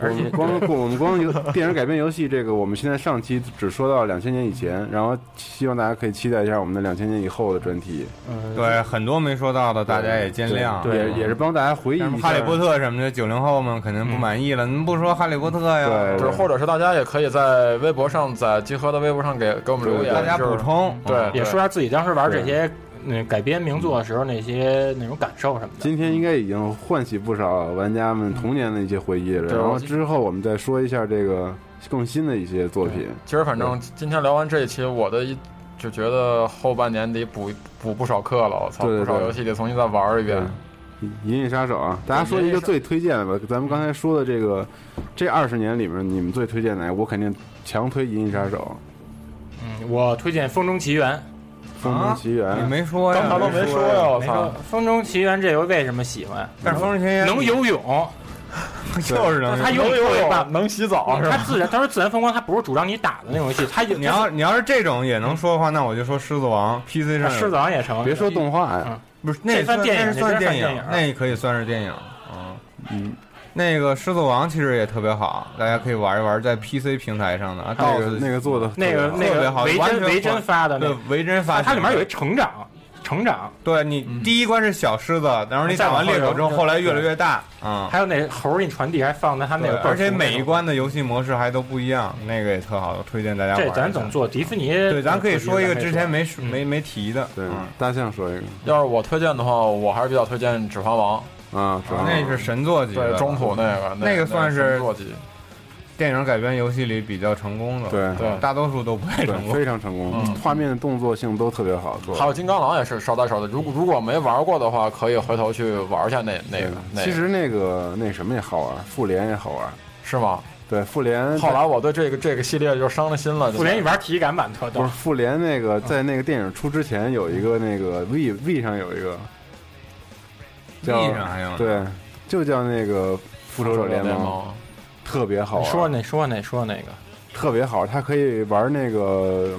而且
<laughs>
我们光我们光游电影改编游戏这个，我们现在上期只说到两千年以前，然后希望大家可以期待一下我们的两千年以后的专题。
嗯
对，很多没说到的，大家也见谅。
对也也是帮大家回忆
像
一
《
下
哈利波特》什么的，九零后们肯定不满意了。你不说《哈利波特》呀？
嗯就是或者是大家也可以在微博上，在集合的微博上给给我们留言，
大家
就是
补充
对，
也说下自己当时玩这
对
些嗯改编名作的时候那些那种感受什么的。
今天应该已经唤起不少玩家们童年的一些回忆了。
对
然后
我
之后我们再说一下这个更新的一些作品。
其实反正今天聊完这一期，我的一就觉得后半年得补补不少课了，我操，
对对
不少
对
游戏得重新再玩一遍。
对银翼杀手啊，大家说一个最推荐的吧。咱们刚才说的这个，这二十年里面你们最推荐哪个？我肯定强推银翼杀手、
嗯，我推荐《风中奇缘》。
风中奇缘。
你没说呀？
刚才都
没
说
呀，我
没
哎操
说！风中奇缘》这游戏为什么喜欢？
但是《风中奇缘》
能游泳，
<laughs> 就是能
他游
嗯能
泳
游泳
吧，
能洗澡
他嗯自然，他说自然风光，他不是主张你打的那种游戏，
<laughs>
他有
你要你要是这种也能说的话，那我就说《狮子王》PC 上有，
狮子王也成
别说动画呀，
不是那也
这算电影
那是算
这边
电
算电影啊
那也可以算是电影啊。
嗯，
那个《狮子王》其实也特别好，大家可以玩一玩，在 PC 平台上的啊，
那个
DOS
那个做的
嗯那个那
特别
个
好，
维
完
真
全
维真发的那
对
个，
维真发，
它里面有一嗯成长，成长，
对你第一关是小狮子，然后你打完猎狗之后，后来越来越大啊。
还有那猴儿给你传递，还放在他那
对
个，
而且每一关的游戏模式还都不一样，那个也特好，推荐大家玩一
这
下。
咱总做迪士尼，
啊对，咱可以说一个之前
没。
没说没没提
嗯
的，啊
对，大象说一个
要是我推荐的话，我还是比较推荐《指环王》，
啊，主要
那是神作级的，
对，中土那个
那
个
个算是
神作级，
电影改编游戏里比较成功的，啊
对
对
大多数都不太成
对
功，
非常成功，画面动作性都特别好做。
还有金刚狼也是捎带捎的。如果如果没玩过的话，可以回头去玩一下那那个。那个
其实那个那什么也好玩，复联也好玩。
是吗？
对，复联
后来我对这个这个系列就伤了心了。
复联一玩体感版特
不
逗
是，复联那个在那个电影出之前有一个那个 V V 上有一个叫
V 上还有呢
对，就叫那个复仇者联
复仇者联盟
特别好
你
玩，
说那说那说那个，
特别好，它可以玩那个。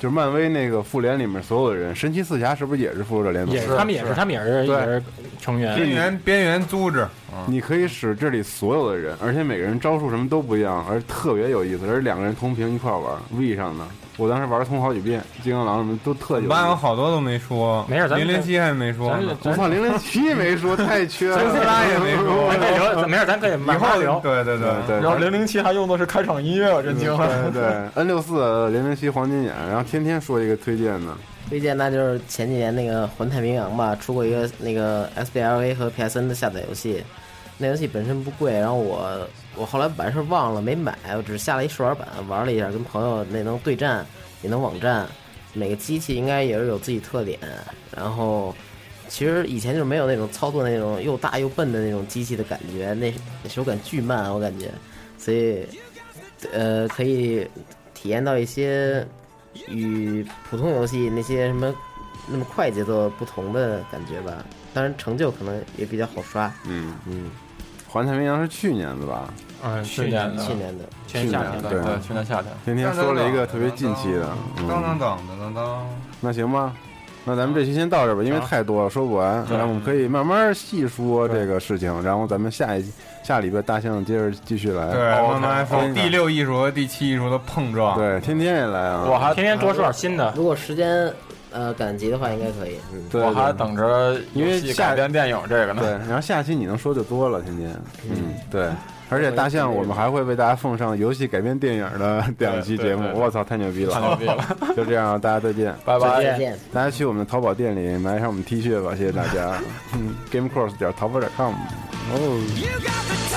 就是漫威那个复联里面所有的人，神奇四侠是不是也是复仇者联盟？
也是他们也是他们也是也是成员，
边缘边缘组织，嗯
你可以使这里所有的人，而且每个人招数什么都不一样，而特别有意思，而且两个人同屏一块儿玩 V 上的，我当时玩通好几遍，金刚狼什么都特有意思。
班有好多都没说，
没事咱们
零零七还没说
咱
呢，
我操，零零七没说，太缺了。
哥斯拉也没说，
咱再聊，没事，咱可以
以
慢慢
后
聊。
对对对
对
然后零零七还用的是开场音乐，我震惊了。
对对，N 六四呃零零七黄金眼，然后天天说一个推荐的，
推荐那就是前几年那个《环太平洋》吧，出过一个那个 SBLA 和 PSN 的下载游戏，那游戏本身不贵，然后我我后来完事儿忘了没买，我只是下了一试玩版玩了一下，跟朋友那能对战，也能网站，每个机器应该也是有自己特点，然后。其实以前就是没有那种操作那种又大又笨的那种机器的感觉，那那手感巨慢，我感觉，所以，呃，可以体验到一些与普通游戏那些什么那么快节奏不同的感觉吧。当然，成就可能也比较好刷。
嗯嗯，环太平洋是去年的吧？
嗯，
去
年的
去年的
去年夏天
的
的
对
对，去年夏天。
天天说了一个特别近期的，
噔
嗯，
噔噔噔噔噔，
那行吧。那咱们这期先到这儿吧，因为太多了，说不完。然后我们可以慢慢细说这个事情，然后咱们下一期下礼拜大象接着继续来。
哦
哦
对，慢慢说
跟着
第六艺术和第七艺术的碰撞，
对，天天也来啊。
天天多说点新的。
如果时间呃赶集的话，应该可以。嗯，
对
我还等着
因为
游戏
下
改编电影这个呢。
对，然后下期你能说就多了，天天。嗯，对。而且大象，我们还会为大家奉上游戏改编电影的两期节目。我操，太牛逼了！
太牛逼了！
<laughs> 就这样，啊大家再见，
拜拜
再见。
大家去我们的淘宝店里买上我们 T 恤吧，谢谢大家。嗯，GameCourse 点淘宝点 com。哦。
You got the